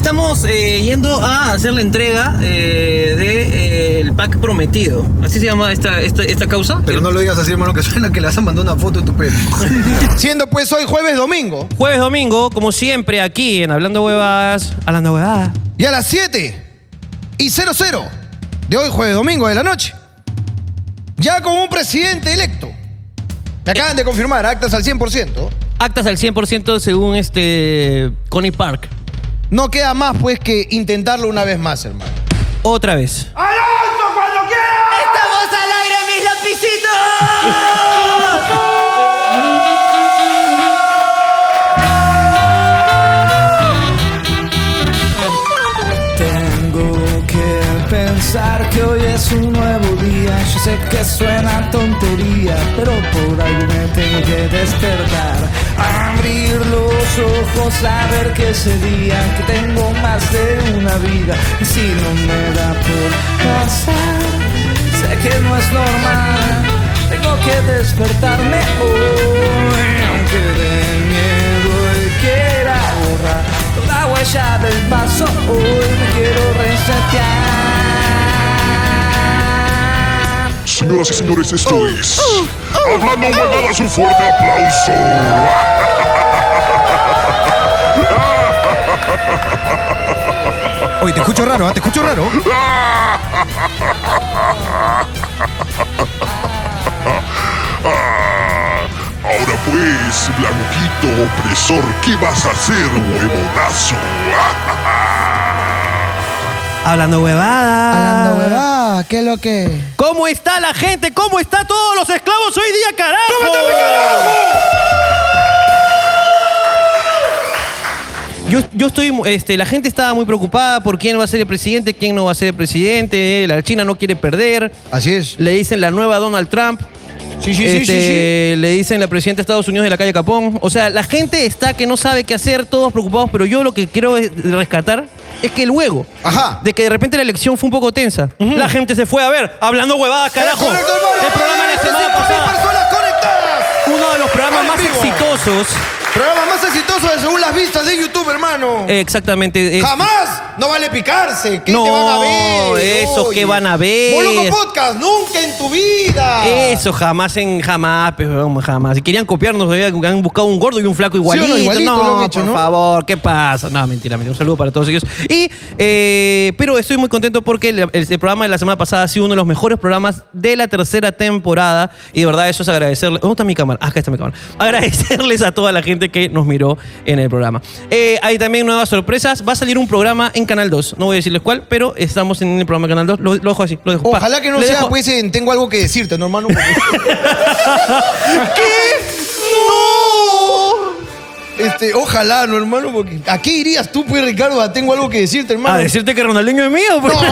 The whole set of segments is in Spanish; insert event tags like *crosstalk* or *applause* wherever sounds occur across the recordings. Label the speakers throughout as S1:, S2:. S1: estamos eh, yendo a hacer la entrega eh, de, eh, el pack prometido. Así se llama esta, esta, esta causa.
S2: Pero no lo digas así, hermano, que suena que le has mandado una foto de tu pelo.
S3: *laughs* Siendo pues hoy jueves domingo.
S4: Jueves, domingo, como siempre, aquí en Hablando Huevadas. Hablando Huevadas.
S3: Y a las 7 y 00 de hoy jueves domingo de la noche. Ya con un presidente electo. Me acaban de confirmar actas al 100%.
S4: Actas al 100% según este Connie Park.
S3: No queda más pues que intentarlo una vez más, hermano.
S4: Otra vez.
S5: ¡Estamos al aire, mis lapicitos!
S6: Tengo que pensar que hoy es un nuevo día. Yo sé que suena tontería, pero por algo me tengo que despertar. Abrir los ojos, saber que ese día que tengo más de una vida. Y si no me da por pasar, sé que no es normal. Tengo que despertarme hoy, aunque de miedo y quiera borrar toda huella del paso. Hoy me quiero resetear.
S7: Señoras y señores, esto es. Hablando huevadas, un fuerte aplauso.
S2: Oye, te escucho raro, ¿ah? te escucho raro.
S7: Ahora pues, blanquito opresor, ¿qué vas a hacer, huevonazo?
S4: Hablando Huevadas.
S3: huevada, ¿qué es lo que?
S4: ¿Cómo está la gente? ¿Cómo está todos los esclavos hoy día, carajo? Yo, yo estoy, este, la gente estaba muy preocupada por quién va a ser el presidente, quién no va a ser el presidente. La China no quiere perder.
S3: Así es.
S4: Le dicen la nueva Donald Trump.
S3: Sí, sí, sí,
S4: Este,
S3: sí,
S4: Le dicen la presidenta de Estados Unidos de la calle Capón. O sea, la gente está que no sabe qué hacer, todos preocupados, pero yo lo que quiero es- rescatar es que el juego
S3: Ajá.
S4: de que de repente la elección fue un poco tensa. La gente se fue a ver, hablando huevadas, carajo.
S3: Correcto, hermano.
S4: El programa este de la semana
S3: 65.000
S4: pasada,
S3: personas conectadas.
S4: uno de los programas
S3: En
S4: más
S3: vivo.
S4: exitosos.
S3: Programa más exitoso de según las vistas de YouTube, hermano.
S4: Eh, Exactamente. es-
S3: Jamás no vale picarse. ¿Qué
S4: No,
S3: te van a ver?
S4: eso, ¿qué van a ver?
S3: Boludo Podcast, nunca en tu vida.
S4: Eso, jamás en jamás, pero jamás. Si querían copiarnos, habían- han buscado un gordo y un flaco
S3: no?
S4: igualito.
S3: Igualito
S4: no,
S3: lo han hecho,
S4: por
S3: ¿no?
S4: favor, ¿qué pasa? No, mentira, mentira. Un saludo para todos ellos. Y, eh, pero estoy muy contento porque el, el programa de la semana pasada ha sido uno de los mejores programas de la tercera temporada. Y de verdad, eso es agradecerle. ¿Dónde está mi cámara? Ah, acá está mi cámara. Agradecerles a toda la gente que nos miró en el programa. Eh, hay también nuevas sorpresas. Va a salir un programa en Canal 2. No voy a decirles cuál, pero estamos en el programa de Canal 2. Lo, lo dejo así, lo dejo. Pa,
S3: Ojalá que no
S4: le
S3: sea,
S4: dejo-
S3: pues, en tengo algo que decirte, ¿no, hermano?
S4: *laughs*
S3: ¿Qué? ¡No! Este, ojalá, ¿no, hermano? Porque ¿A qué irías tú, pues, Ricardo? a tengo algo que decirte, hermano.
S4: A decirte que Ronaldinho es mío, pues.
S3: No, no,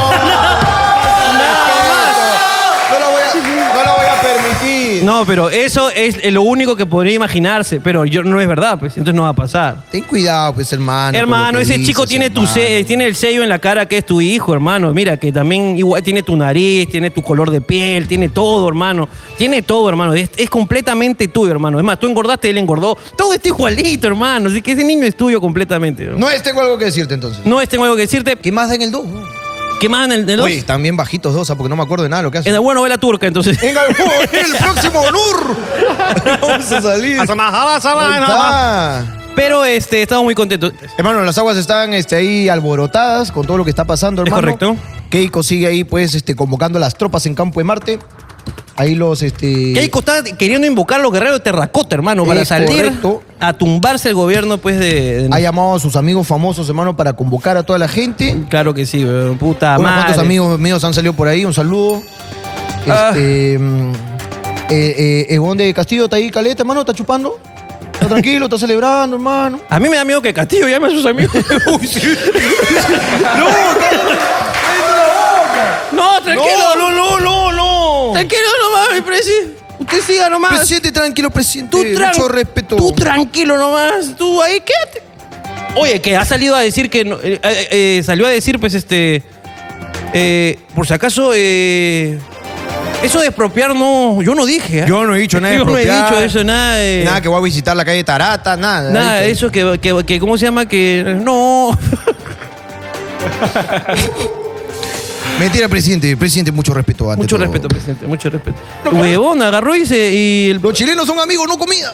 S3: lo voy a, no lo voy a permitir.
S4: No, pero eso es lo único que podría imaginarse, pero yo no es verdad, pues entonces no va a pasar.
S3: Ten cuidado, pues, hermano. con lo
S4: hermano,
S3: que
S4: ese
S3: dices,
S4: chico tiene tu
S3: hermano.
S4: se- eh, tiene el sello en la cara que es tu hijo, hermano. Mira, que también igual tiene tu nariz, tiene tu color de piel, tiene todo, hermano. Tiene todo, hermano. Es, es completamente tuyo, hermano. Es más, tú engordaste, él engordó. Todo está igualito, hermano. Así que ese niño es tuyo completamente. No,
S3: No es tengo algo que decirte, entonces.
S4: es tengo algo que decirte.
S3: ¿Qué más da en el 2?
S4: ¿Qué más en el de los?
S3: Oye, también bajitos dos, ah, porque no me acuerdo de nada de lo que hace.
S4: En la buena novela turca, entonces.
S3: En el, el próximo honor. Vamos a salir. Ahí está.
S4: Pero este, estamos muy contentos.
S3: Hermano, las aguas están este, ahí alborotadas con todo lo que está pasando,
S4: Es
S3: hermano.
S4: correcto.
S3: Keiko sigue ahí, pues, este, convocando a las tropas en Campo de Marte. Ahí los, este...
S4: Keiko está queriendo invocar a los guerreros de terracota, hermano, para
S3: Es
S4: salir
S3: correcto.
S4: a tumbarse el gobierno, pues, de... de-
S3: Ha llamado a sus amigos famosos, hermano, para convocar a toda la gente.
S4: Claro que sí, weón, puta
S3: Unos
S4: madre.
S3: cuantos amigos míos han salido por ahí, un saludo.
S4: Ah.
S3: Este. mm, eh, eh, Egon de Castillo está ahí, caleta, hermano, está chupando. Está tranquilo, está celebrando, hermano.
S4: A mí me da miedo que Castillo llame a
S3: *laughs*
S4: sus amigos. Uy, sí. no, tranquilo.
S3: no, no, no, no.
S4: Tranquilo nomás, mi presi. Usted siga nomás.
S3: Presidente, tranquilo, presidente.
S4: tú, tran-
S3: Mucho respeto.
S4: tú tranquilo nomás. Tú ahí quédate. Oye, que ha salido a decir que... no- eh, eh, eh, salió a decir, pues, este... eh, por si acaso... eh, eso de expropiar no... Yo no dije. ¿ah?
S2: Yo no he dicho nada de
S4: *laughs* Yo no he
S2: expropiar.
S4: dicho eso, nada de...
S3: Nada, que voy a visitar la calle Tarata, nada.
S4: Nada,
S3: ¿viste?
S4: eso que, que, que- ¿cómo se llama? Que no.
S3: Mentira, presidente. Presidente, mucho respeto. ante
S4: *laughs* Mucho
S3: todo.
S4: respeto, presidente, mucho respeto. Huevón, agarró y se. Y el-
S3: Los chilenos son amigos, no comida.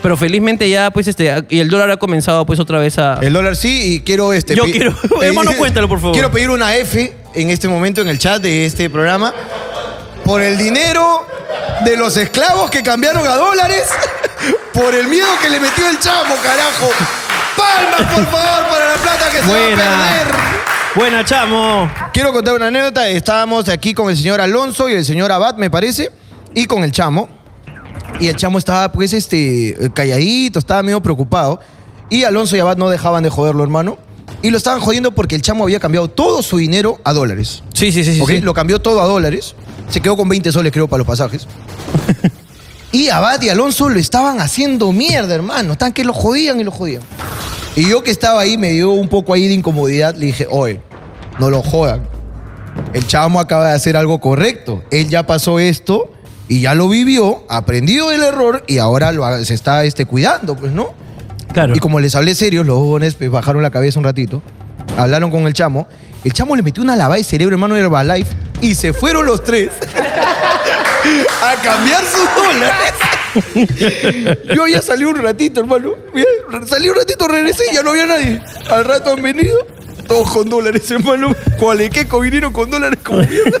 S4: pero felizmente ya, pues, este. Y el dólar ha comenzado, pues, otra vez a.
S3: El dólar sí, y quiero este.
S4: Yo quiero- *laughs*
S3: *laughs*
S4: hermano, cuéntalo, por favor.
S3: Quiero pedir una F en este momento en el chat de este programa por el dinero de los esclavos que cambiaron a dólares, *laughs* por el miedo que le metió el chamo, carajo. Palmas, por favor, para la plata que se va a perder.
S4: Buena. Buena, chamo.
S3: Quiero contar una anécdota. Estábamos aquí con el señor Alonso y el señor Abad, me parece, y con el chamo. Y el chamo estaba, pues, este, calladito, estaba medio preocupado. Y Alonso y Abad no dejaban de joderlo, hermano. Y lo estaban jodiendo porque el chamo había cambiado todo su dinero a dólares.
S4: Sí, sí, sí, sí.
S3: ¿ok?
S4: sí.
S3: Lo cambió todo a dólares. Se quedó con 20 soles, creo, para los
S4: *laughs*
S3: pasajes. y Abad y Alonso lo estaban haciendo mierda, hermano. Están que lo jodían y lo jodían. Y yo que estaba ahí, me dio un poco ahí de incomodidad. Le dije, oye, no lo jodan. El chamo acaba de hacer algo correcto. Él ya pasó esto y ya lo vivió, aprendió del error y ahora lo, ha- se está este, cuidando, pues, ¿no?
S4: Claro.
S3: Y como les hablé serios, los jóvenes pues, bajaron la cabeza un ratito, hablaron con el chamo. El chamo le metió una lavada de cerebro, hermano, de Herbalife y se fueron los tres *laughs* a cambiar sus dólares. *laughs* Yo ya salí un ratito, hermano. Ya Salí un ratito, regresé y ya no había nadie. Al rato han venido. Todos con dólares, hermano. Cuál que vinieron con dólares como mierda.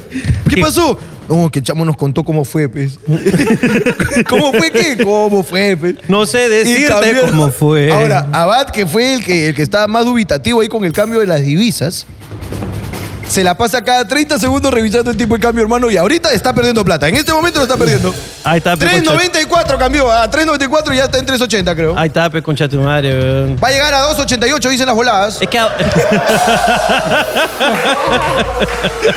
S3: ¿Qué pasó? No, que el chamo nos contó cómo fue, pues. *laughs* ¿Cómo fue qué? ¿Cómo fue, pues?
S4: No sé
S3: Y
S4: decirte
S3: cambiaron. *laughs*
S4: cómo fue.
S3: Ahora, Abad, que fue el que, el que estaba más dubitativo ahí con el cambio de las divisas, se la pasa cada 30 segundos revisando el tipo de cambio, hermano, y ahorita está perdiendo plata. En este momento lo está perdiendo.
S4: Ahí está, pe, concha-
S3: 3.94 cambió a 3.94 y ya está en 3.80, creo.
S4: Ahí está, pe, concha tu madre, weón.
S3: Va a llegar a 2.88, dicen las voladas.
S4: Es que. ah, eh, a-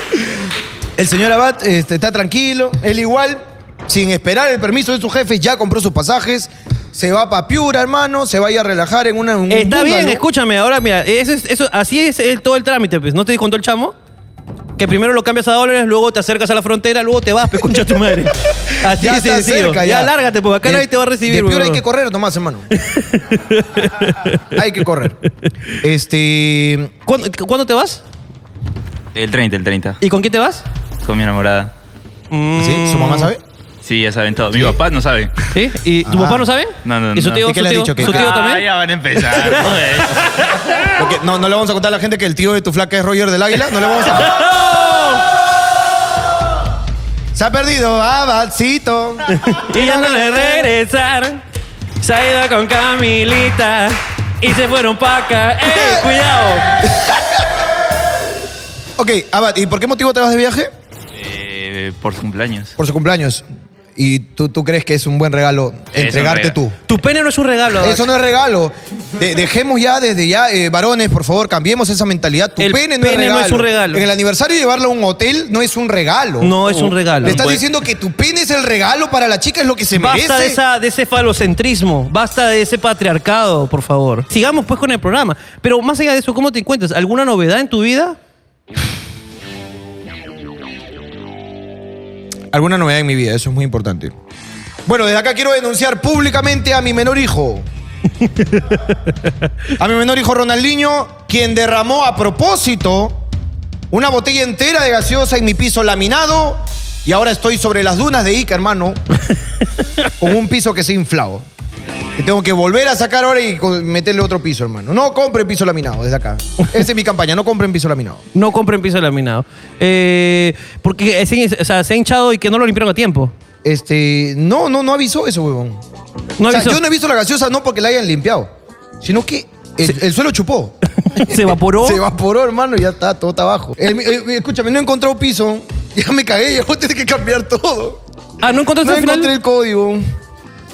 S3: El señor Abad este, está tranquilo, él igual, sin esperar el permiso de su jefe, ya compró sus pasajes. Se va para Piura, hermano, se va a ir a relajar en una. en un
S4: Está bien,
S3: bungalow.
S4: escúchame, ahora mira, eso es- eso, así es el- todo el trámite, pues. ¿No te contó el chamo? Que primero lo cambias a dólares, luego te acercas a la frontera, luego te vas, pues, concha
S3: *laughs*
S4: tu madre. Así
S3: Ya
S4: es
S3: está
S4: sencillo.
S3: cerca,
S4: ya. lárgate, pues acá
S3: De-
S4: nadie te va a recibir,
S3: De Piura hay
S4: weón.
S3: que correr nomás,
S4: *laughs*
S3: hermano. hay que correr. Este.
S4: ¿Cuándo, cu- cuándo te vas?
S8: El 30, el 30.
S4: ¿Y con quién te vas?
S8: Con mi enamorada.
S3: ¿Sí? ¿Su
S4: Mm.
S3: mamá sabe?
S8: Sí, ya saben todo. Mi papá no sabe.
S4: ¿Sí? ¿Y tu
S3: Ah.
S4: papá no sabe?
S8: No, no,
S4: ¿Y su
S8: no.
S4: tío,
S3: ¿Y qué
S4: su
S3: le has
S4: tío,
S3: dicho? ¿Que-
S4: su
S8: *laughs*
S4: tío
S8: Ah,
S4: también?
S8: ya van a *laughs* empezar. joder.
S3: Porque no, no le vamos a contar a la gente que el tío de tu flaca es Roger del Águila. No le vamos
S4: *laughs*
S3: a. Se ha perdido, Abadcito.
S4: Y ya no de regresar. Se ha ido con Camilita. Y se fueron pa' acá. ¡Ey, cuidado!
S3: Ok, Abad, ¿y por qué motivo te vas de viaje?
S8: Eh, por su cumpleaños.
S3: Por su cumpleaños. ¿Y tú, tú crees que es un buen regalo
S8: Es un
S3: entregarte
S8: regalo.
S3: tú?
S4: Tu pene no es un regalo. Abad.
S3: Eso no es regalo. De- dejemos ya desde ya, eh, varones, por favor, cambiemos esa mentalidad. Tu
S4: El
S3: pene, no, es
S4: pene no
S3: regalo.
S4: es un regalo.
S3: En el aniversario llevarlo a un hotel no es un regalo.
S4: No es un regalo.
S3: Le estás
S8: Bueno.
S3: diciendo que tu pene es el regalo para la chica, es lo que se
S4: Basta de,
S3: merece.
S4: esa, de ese falocentrismo, basta de ese patriarcado, por favor. Sigamos pues con el programa. Pero más allá de eso, ¿cómo te encuentras? ¿Alguna novedad en tu vida?
S3: Alguna novedad en mi vida, eso es muy importante. Bueno, desde acá quiero denunciar públicamente a mi menor hijo. A mi menor hijo Ronaldinho, quien derramó a propósito una botella entera de gaseosa en mi piso laminado y ahora estoy sobre las dunas de Ica, hermano, con un piso que se ha inflado. Que tengo que volver a sacar ahora y co- meterle otro piso, hermano. No compren piso laminado desde acá. Esa es mi campaña, no compren piso laminado.
S4: No compren piso laminado. Eh, porque se, o sea, se ha hinchado y que no lo limpiaron a tiempo.
S3: Este, no, no, no avisó eso, huevón.
S4: No
S3: O sea,
S4: avisó. *laughs*
S3: yo no he visto la gaseosa no porque la hayan limpiado, sino que el, el suelo chupó.
S4: se evaporó.
S3: Se evaporó, hermano, y ya está, todo está abajo. El- el- escúchame, no he encontrado piso. *laughs* Ya me cagué, ya voy a tener que cambiar todo.
S4: ah, ¿no encontraste
S3: No
S4: el final?
S3: encontré el código.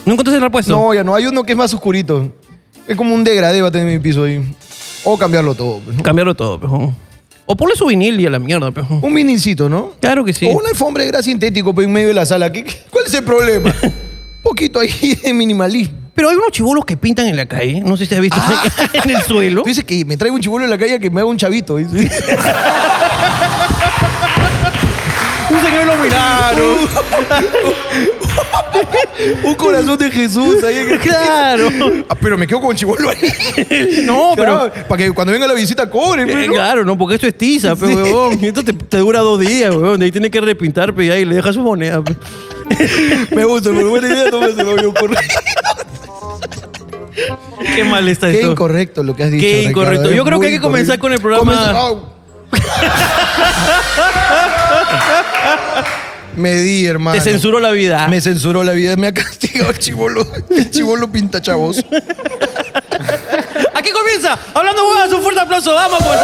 S4: ¿No encontraste el repuesto?
S3: No, ya no. Hay uno que es más oscurito. Es como un degradé va a tener mi piso ahí. O cambiarlo todo. pues, ¿no?
S4: Cambiarlo todo, pejo. O ponle su vinil y a la mierda, pejo.
S3: Un minicito, ¿no?
S4: Claro que sí.
S3: O una alfombra de gras sintético pues, en medio de la sala. ¿Qué- qué- cuál es el
S4: *laughs*
S3: problema? poquito ahí de minimalismo.
S4: Pero hay unos chivolos que pintan en la calle. No sé si te has visto
S3: Ah.
S4: en el
S3: *laughs*
S4: suelo.
S3: Tú dices que me traigo un chibolo en la calle que me haga un chavito. dice.
S4: Usen
S3: niños lo miraron. Un corazón de Jesús ahí en el- *laughs*
S4: Claro.
S3: Ah, pero me quedo con el chivolo ahí. *laughs* No, pero para que cuando venga la visita cobre.
S4: Eh,
S3: pues, ¿no?
S4: claro, no, porque esto es tiza, pe,
S3: Sí.
S4: huevón. Y Esto te, te dura dos días, huevón. De ahí tiene que repintar, pe, y ahí le deja su moneda, pe.
S3: *laughs* Me gusta, pero buena idea, no me se me había ocurrido.
S4: *laughs* Qué mal está
S3: Qué
S4: esto.
S3: incorrecto lo que has dicho.
S4: Qué
S3: Ricardo,
S4: incorrecto.
S3: es
S4: Yo creo que
S3: muy
S4: hay que comenzar
S3: incorrecto.
S4: con el programa.
S3: Comenzó- Me di, hermano.
S4: Te censuró la vida.
S3: Me censuró la vida, me ha castigado el chivolo. El chivolo pinta chavos.
S4: Aquí comienza. Hablando huevas, un fuerte aplauso. Vamos, pues.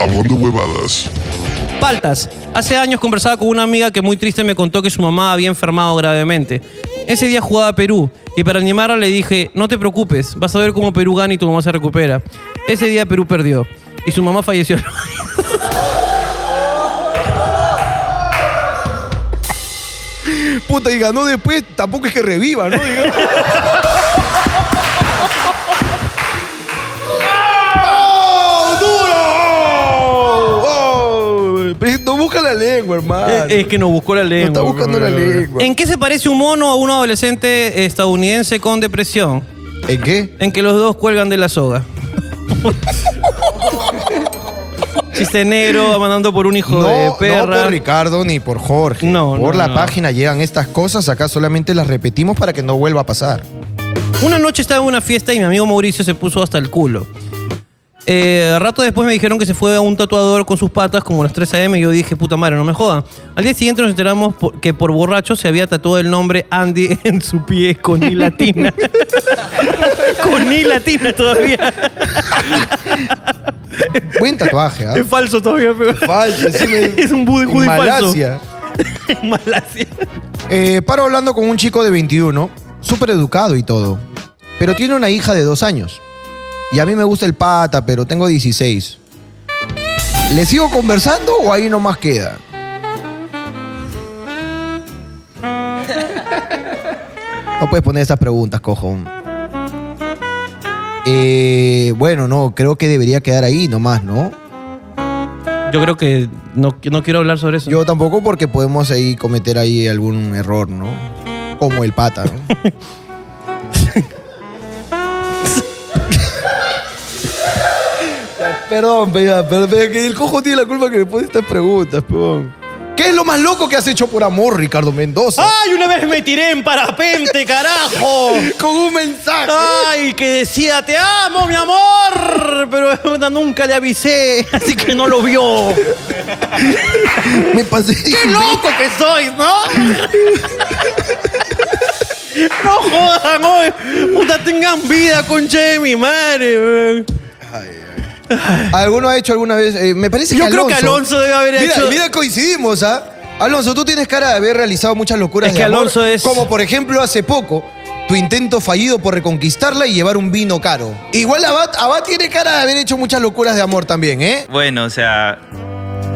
S7: Hablando huevadas.
S4: Paltas. Hace años conversaba con una amiga que muy triste me contó que su mamá había enfermado gravemente. Ese día jugaba Perú y para animarla le dije, no te preocupes, vas a ver cómo Perú gana y tu mamá se recupera. Ese día Perú perdió y su mamá falleció.
S3: Puta, y ganó después, tampoco es que reviva, ¿no? Digamos. ¡Oh, duro! ¡Oh! Pero no busca la lengua, hermano.
S4: *laughs* es que no buscó la lengua.
S3: no está buscando la
S4: eh.
S3: lengua.
S4: ¿En qué se parece un mono a un adolescente estadounidense con depresión?
S3: ¿En qué?
S4: En que los dos cuelgan de
S3: *laughs*
S4: la soga. Chiste negro, mandando por un hijo
S3: No,
S4: de
S3: no
S4: eh, perra.
S3: por Ricardo ni por Jorge.
S4: No,
S3: por
S4: no,
S3: la
S4: no.
S3: página llegan estas cosas, acá solamente las repetimos para que no vuelva a pasar.
S4: Una noche estaba en una fiesta y mi amigo Mauricio se puso hasta el culo. Eh, rato después me dijeron que se fue a un tatuador con sus patas como a las 3 a.m. y yo dije, puta madre, no me jodan. Al día siguiente nos enteramos por- que por borracho se había tatuado el nombre Andy *laughs* en su pie con I latina. *laughs* con I latina *laughs* todavía.
S3: Buen tatuaje, ¿ah?
S4: Es falso todavía, pero...
S3: Falso, sí me-
S4: *laughs* Es un Woody- Woody falso.
S3: Malasia.
S4: En Malasia.
S3: Eh, paro hablando con un chico de 21, súper educado y todo, pero tiene una hija de dos años. Y a mí me gusta el pata, pero tengo 16. ¿Le sigo conversando o ahí nomás queda? No puedes poner esas preguntas, cojón. Eh, bueno, no, creo que debería quedar ahí nomás, ¿no?
S4: Yo creo que no, no quiero hablar sobre eso.
S3: Yo tampoco porque podemos ahí cometer ahí algún error, ¿no? Como el pata, ¿no? *laughs* perdón, perdón, perdón, que el cojo tiene la culpa que me pone estas preguntas, perdón. ¿Qué es lo más loco que has hecho por amor, Ricardo Mendoza?
S4: ¡Ay, una vez me tiré en parapente, carajo!
S3: Con un mensaje.
S4: Ay, que decía, te amo, mi amor. Pero *laughs* puta, nunca le avisé, así que no lo vio.
S3: Me pasé.
S4: ¡Qué loco que sois, ¿no? *laughs* No jodan hoy. Puta, tengan vida, conche de mi madre. weón.
S3: ¿Alguno ha hecho alguna vez? Eh, me parece
S4: Yo
S3: que
S4: creo que Alonso debe haber
S3: Mira,
S4: hecho-
S3: mira, coincidimos, ¿ah? Alonso, tú tienes cara de haber realizado muchas locuras.
S4: Es
S3: de
S4: que
S3: amor,
S4: Alonso es-
S3: Como por ejemplo hace poco, tu intento fallido por reconquistarla y llevar un vino caro. Igual Abad, Abad tiene cara de haber hecho muchas locuras de amor también, ¿eh?
S8: Bueno, o sea,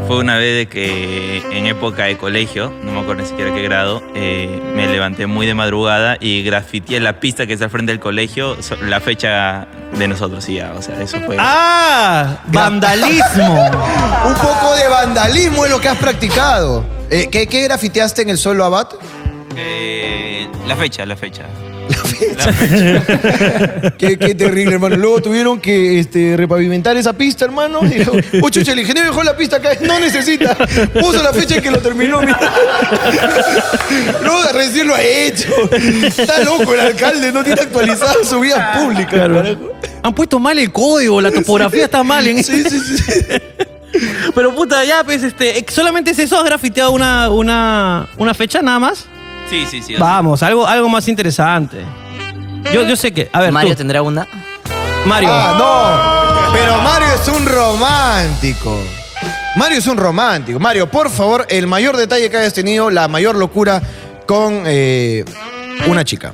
S8: fue una vez de que en época de colegio, no me acuerdo ni siquiera qué grado, eh, me levanté muy de madrugada y grafiteé la pista que está al frente del colegio, so- la fecha de nosotros y ya, o sea, eso fue.
S4: ¡Ah! *laughs* ¡Vandalismo!
S3: Un poco de vandalismo es lo que has practicado. Eh, ¿qué, qué grafiteaste en el suelo, Abad?
S8: Eh, la fecha, la fecha.
S3: Qué, qué terrible, hermano. Luego tuvieron que este, repavimentar esa pista, hermano. Dijo, oh, chucha, el ingeniero dejó la pista acá. No necesita. Puso la fecha en que lo terminó. mira. *laughs* Luego recién lo ha hecho. Está loco el alcalde. No tiene actualizada su vida pública. carajo.
S4: Han puesto mal el código, la topografía está mal
S3: *laughs*
S4: en este.
S3: Sí, sí, sí.
S4: *laughs* Pero puta, ya, pues, este, solamente es eso, has grafiteado una, una, una fecha nada más.
S8: Sí, sí, sí. o sea,
S4: Vamos, algo, algo más interesante. Yo, yo sé que, a ver,
S5: Mario
S4: tú,
S5: tendrá una.
S4: Mario.
S3: Ah, no. Pero Mario es un romántico. Mario es un romántico. Mario, por favor, el mayor detalle que hayas tenido, la mayor locura con eh, una chica.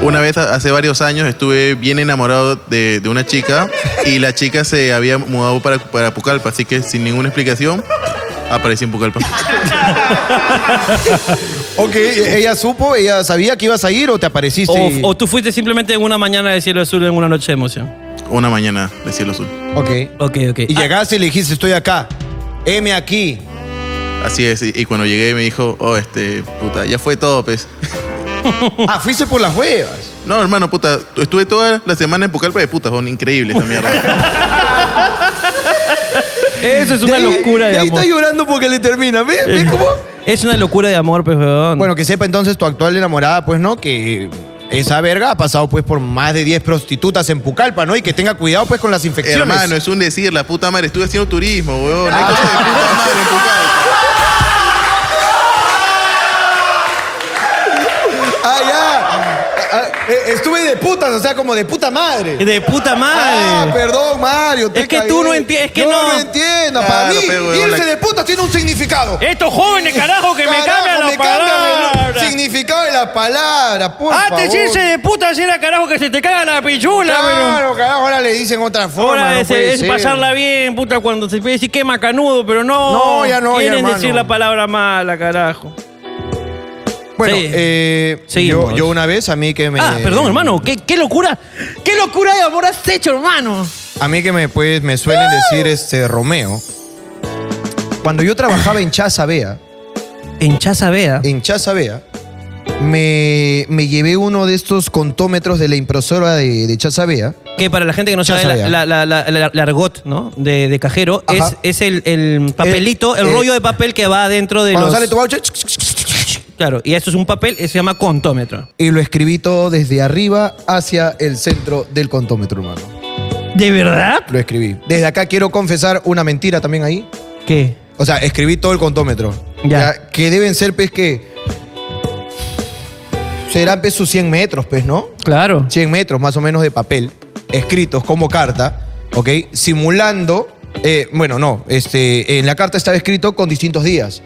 S9: Una vez a- hace varios años estuve bien enamorado de, de una chica y la chica se había mudado para, para Pucallpa, así que sin ninguna explicación aparecí en Pucallpa.
S3: Ok, ella supo, ella sabía que ibas a ir o te apareciste.
S4: O,
S3: y-
S4: o tú fuiste simplemente en una mañana de cielo azul, en una noche de emoción.
S9: Una mañana de cielo azul.
S3: Ok.
S4: Ok, ok.
S3: Y llegaste y le dijiste, estoy acá. M aquí.
S9: Así es. Y, y cuando llegué me dijo, oh, este, puta, ya fue todo, pues.
S4: Uh.
S3: Ah, fuiste por las huevas.
S9: No, hermano, puta, estuve toda la semana en Pucallpa de puta, son increíble esta *laughs* mierda.
S4: Eso es
S3: De
S4: una
S3: ahí-
S4: locura Eh. de
S3: de ahí
S4: amor.
S3: está llorando porque le termina. ¿Ves? ¿Ves cómo?
S4: Es una locura de amor, pues, weón.
S3: Bueno, que sepa entonces tu actual enamorada, pues, ¿no? Que esa verga ha pasado, pues, por más de 10 prostitutas en Pucallpa, ¿no? Y que tenga cuidado, pues, con las infecciones.
S9: hermano, es un decir, la puta madre, estuve haciendo turismo, weón. Hay cosas de puta madre en Pucallpa.
S3: ¡Ah, ya! Ah, ah, eh, estuve de putas, o sea, como de puta madre.
S4: De puta
S3: Ah,
S4: madre.
S3: perdón, Mario. te
S4: Es que
S3: cagué.
S4: tú no enti- es que
S3: Yo
S4: no.
S3: no entiendo. Para
S9: Claro,
S3: mí,
S9: pe, huevón,
S3: irse
S9: la-
S3: de putas tiene un significado.
S4: Estos jóvenes, Eh, carajo, que me
S3: Carajo,
S4: cambian la
S3: me cambian el
S4: palabra. Ah,
S3: significado de la palabra, por
S4: Antes
S3: favor.
S4: irse de puta, así era carajo que se te caga la pichula, pero.
S3: Claro, carajo, ahora le dicen otra forma.
S4: Ahora
S3: no
S4: es,
S3: puede
S4: es
S3: ser.
S4: pasarla bien, puta, cuando se puede decir que macanudo, pero no.
S3: No, ya no, ya,
S4: Quieren
S3: hermano.
S4: decir la palabra mala, carajo.
S3: Bueno,
S4: Sí.
S3: eh,
S4: Seguimos.
S3: yo, yo una vez, a mí que me...
S4: Ah, perdón, hermano, ¿qué, qué locura. ¿Qué locura de amor has hecho, hermano?
S3: A mí que me, pues, me suelen decir este Romeo. Cuando yo trabajaba en Chazabea,
S4: En Chazabea.
S3: en Chazabea, me, me llevé uno de estos contómetros de la impresora de, de Chazabea.
S4: Que para la gente que no sabe,
S3: Chazabea.
S4: la, la, la- la- la argot, ¿no? De, de cajero
S3: Ajá.
S4: es, es el, el papelito, el,
S3: Eh, eh.
S4: rollo de papel que va dentro de
S3: Cuando
S4: los.
S3: sale tu voucher,
S4: Claro, y esto es un papel, eh, se llama contómetro.
S3: y lo escribí todo desde arriba hacia el centro del contómetro, hermano.
S4: ¿De verdad?
S3: Lo escribí. Desde acá quiero confesar una mentira también ahí.
S4: ¿Qué?
S3: O sea, escribí todo el contómetro.
S4: Ya.
S3: que deben ser, pues, que... Serán, pues, sus 100 metros, pues, ¿no?
S4: Claro.
S3: 100 metros más o menos de papel, escritos como carta, ¿ok? Simulando, eh, bueno, no, este, en la carta estaba escrito con distintos días.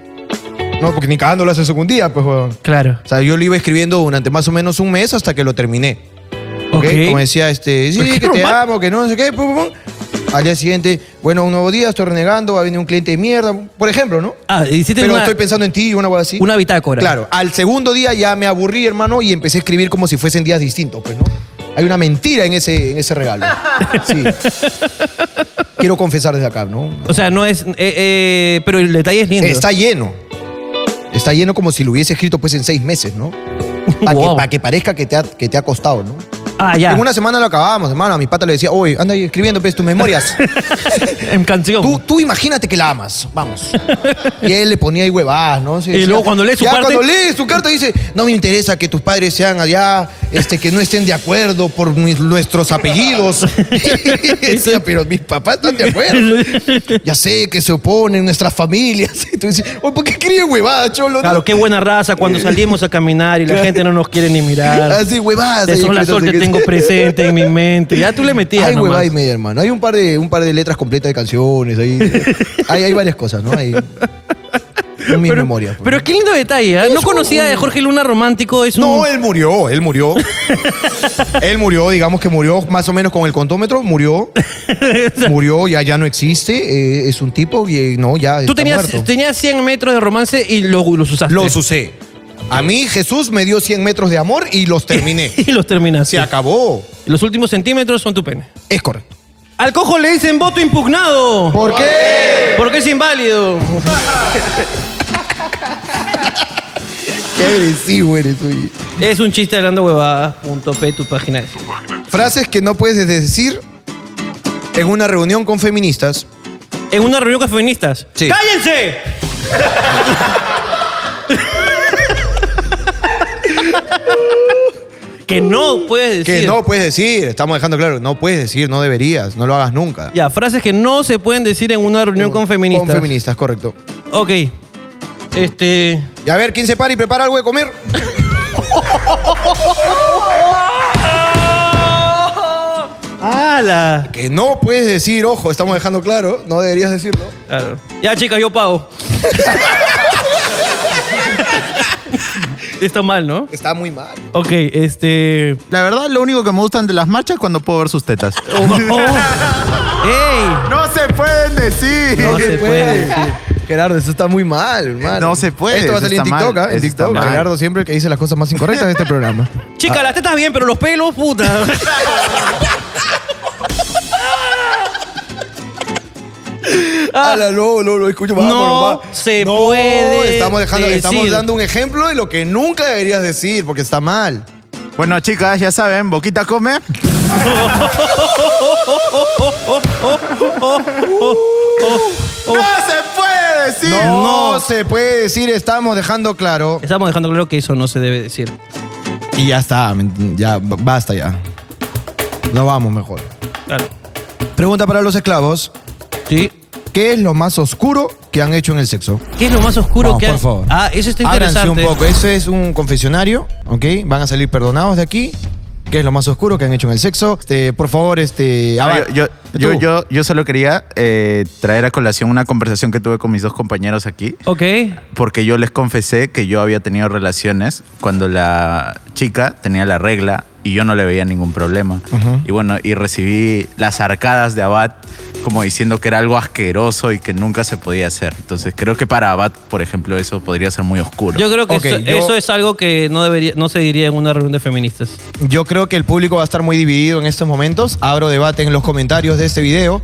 S3: No, porque ni cagando lo hace según día, pues, weón.
S4: Claro.
S3: O sea, yo lo iba escribiendo durante más o menos un mes hasta que lo terminé. ¿Ok?
S4: Ok.
S3: Como decía, este,
S4: Pero qué
S3: sí, que te
S4: normal.
S3: amo, que no sé qué, pum, pum, pum. Al día siguiente, bueno, un nuevo día, estoy renegando, va a venir un cliente de mierda, por ejemplo, ¿no?
S4: Ah, hiciste
S3: Pero
S4: una,
S3: estoy pensando en ti, una cosa así.
S4: una bitácora.
S3: Claro, al segundo día ya me aburrí, hermano, y empecé a escribir como si fuesen días distintos, pues, ¿no? Hay una mentira en ese, en ese
S4: *laughs*
S3: regalo. Sí. Quiero confesar desde acá, ¿no?
S4: O sea, no es. eh, eh, pero el detalle es lindo.
S3: Está lleno. Está lleno como si lo hubiese escrito pues en seis meses, ¿no? Para
S4: Wow.
S3: que, pa' que parezca que te, ha, que te ha costado, ¿no?
S4: ah, ya.
S3: En una semana lo acabábamos, hermano. A mi pata le decía, oye, anda ahí escribiendo pues, tus
S4: *laughs*
S3: memorias.
S4: en canción.
S3: tú, tú imagínate que la amas,
S4: *laughs*
S3: vamos. Y él le ponía ahí huevadas, ¿no? Sí,
S4: Y luego
S3: ya-
S4: cuando lee su
S3: ya
S4: parte-
S3: cuando lee su carta dice, no me interesa que tus padres sean allá, este, que no estén de acuerdo por mis- nuestros apellidos. *laughs*
S4: *laughs*
S3: Y decía, pero mis papás están de acuerdo. Ya sé que se oponen nuestras familias. *laughs* Y tú dices, oye, ¿por qué escribe huevadas, cholo?
S4: Claro, qué buena raza cuando salimos a caminar y la gente no nos quiere ni mirar.
S3: *laughs* Así, huevadas.
S4: De
S3: ahí
S4: sol a
S3: escritas,
S4: sol
S3: así
S4: te
S3: que-
S4: tengo presente en mi mente. Ya tú le
S3: *laughs*
S4: metías.
S3: Hay
S4: nomás.
S3: huevada y media, hermano. Hay un par de, un par de letras completas de canciones.
S4: *laughs*
S3: Hay, hay, hay varias cosas, ¿no? Hay en mis memorias. pues.
S4: Pero qué lindo detalle. ¿eh? No conocía de Jorge Luna romántico. Es un...
S3: No, él murió, él murió.
S4: *laughs*
S3: él murió, digamos que murió más o menos con el contómetro,
S4: *laughs*
S3: murió. murió, ya, ya no existe, eh, es un tipo y eh, no, ya
S4: Tú
S3: está
S4: tenías, este-
S3: muerto.
S4: tenías 100 metros de romance y lo- los usaste.
S3: Los
S4: *laughs*
S3: usé. A mí Jesús me dio 100 metros de amor y los
S4: *laughs*
S3: terminé.
S4: Y los terminaste.
S3: Se acabó.
S4: Los últimos centímetros son tu pene.
S3: Es correcto.
S4: Al cojo le dicen voto impugnado.
S3: ¿Por qué?
S4: Porque es inválido.
S3: Qué agresivo eres, oye.
S4: Es un chiste hablando huevadas.p, tu página. de-
S3: Frases que no puedes decir en una reunión con feministas.
S4: En una reunión con feministas.
S3: Sí.
S4: ¡Cállense! que no puedes
S3: Que
S4: decir.
S3: no puedes decir, estamos dejando claro, no puedes decir, no deberías, no lo hagas nunca.
S4: Ya, frases que no se pueden decir en una reunión con feministas.
S3: Con feministas, correcto.
S4: Ok. Este.
S3: Y a ver, ¿quién se para y prepara algo de comer?
S4: ¡Hala!
S3: Que no puedes decir, ojo, estamos dejando claro, no deberías decirlo.
S4: Claro. Ya, chicas, yo pago. Está mal, ¿no?
S3: Está muy mal.
S4: Ok, este.
S9: La verdad, lo único que me gustan de las marchas es cuando puedo ver sus tetas.
S4: ¡Ey!
S9: ¡No se pueden decir!
S4: No se puede. decir.
S3: Gerardo, eso está muy mal, hermano.
S9: No se puede,
S3: Esto va a
S9: eso
S3: salir en
S9: está
S3: TikTok,
S9: mal,
S3: ¿ah? En
S9: eso está
S3: TikTok.
S9: mal.
S3: Gerardo siempre el que dice las cosas más incorrectas de este
S9: *laughs*
S3: programa.
S4: Chica, las tetas bien, pero los pelos, puta.
S9: Ah.
S3: Ala, no, no, no, escucho más,
S4: No
S3: por favor.
S4: se puede
S3: Estamos, dejando,
S4: decir.
S3: estamos dando un ejemplo de lo que nunca deberías decir, porque está mal.
S9: Bueno, chicas, ya saben,
S3: *laughs*
S9: Boquita come. ¡No se puede decir!
S3: No, se puede decir, estamos dejando claro.
S4: Estamos dejando claro que eso no se debe decir.
S3: Y ya está, men- ya, b- basta ya. Nos vamos mejor.
S4: Claro.
S3: Pregunta para los esclavos.
S4: Sí.
S3: ¿Qué es lo más oscuro que han hecho en el sexo?
S4: ¿Qué es lo más oscuro
S3: Vamos,
S4: que
S3: por
S4: has-
S3: favor.
S4: Ah, eso está
S3: Ábranse
S4: interesante.
S3: un poco. Eso es un confesionario, ¿ok? Van a salir perdonados de aquí. ¿Qué es lo más oscuro que han hecho en el sexo? Este, por favor, este...
S9: Ah,
S3: avan-
S9: yo,
S3: Tú.
S9: yo, yo, yo, yo solo quería eh, traer a colación una conversación que tuve con mis dos compañeros aquí,
S4: Ok.
S9: porque yo les confesé que yo había tenido relaciones cuando la chica tenía la regla y yo no le veía ningún problema. Y bueno, y recibí las arcadas de Abad como diciendo que era algo asqueroso y que nunca se podía hacer. Entonces creo que para Abad, por ejemplo, eso podría ser muy oscuro.
S4: Yo creo que
S3: Ok,
S4: eso,
S3: yo-
S4: eso es algo que no debería, no se diría en una reunión de feministas.
S3: Yo creo que el público va a estar muy dividido en estos momentos. Abro debate en los comentarios de este video.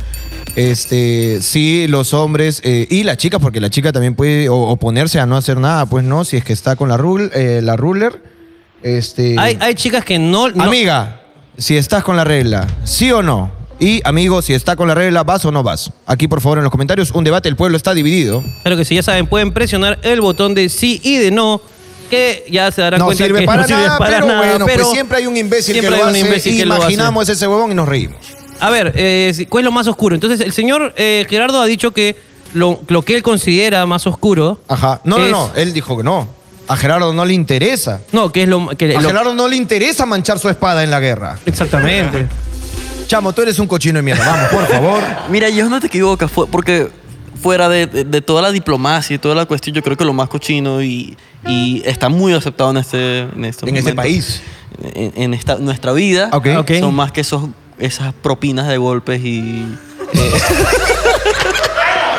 S3: Este, sí, los hombres eh, y la chica, porque la chica también puede o- oponerse a no hacer nada, pues no, si es que está con la, rul- eh, la ruler. Este,
S4: Hay, hay chicas que no. no-
S3: Amiga, si estás con la regla, ¿sí o no? Y amigo, si está con la regla, ¿vas o no vas? Aquí, por favor, en los comentarios, un debate, el pueblo está dividido.
S4: Claro que sí, ya saben, pueden presionar el botón de sí y de no, que ya se darán
S3: no
S4: cuenta
S3: sirve
S4: que
S3: para
S4: no sirve
S3: nada,
S4: para
S3: pero
S4: nada,
S3: bueno,
S4: pero
S3: pues siempre hay un imbécil
S4: siempre
S3: que lo
S4: hay un
S3: hace,
S4: imaginamos que lo hace.
S3: imaginamos ese huevón y nos reímos.
S4: A ver, eh, si- ¿cuál es lo más oscuro? Entonces, el señor eh, Gerardo ha dicho que lo, lo que él considera más oscuro.
S3: Ajá. No,
S4: es-
S3: no, no. Él dijo que no. A Gerardo no le interesa.
S4: No, que es lo. Que
S3: A
S4: lo-
S3: Gerardo no le interesa manchar su espada en la guerra.
S4: Exactamente.
S3: Chamo, tú eres un cochino de mierda. Vamos, por
S4: *laughs*
S3: favor.
S10: Mira, yo no te equivocas, fue- porque fuera de, de- de toda la diplomacia y toda la cuestión, yo creo que lo más cochino y, y está muy aceptado en este, en estos
S3: En este
S10: momentos,
S3: país.
S10: en, en esta, nuestra vida,
S3: Ok.
S4: Ok.
S10: son más que esos, esas propinas de golpes y...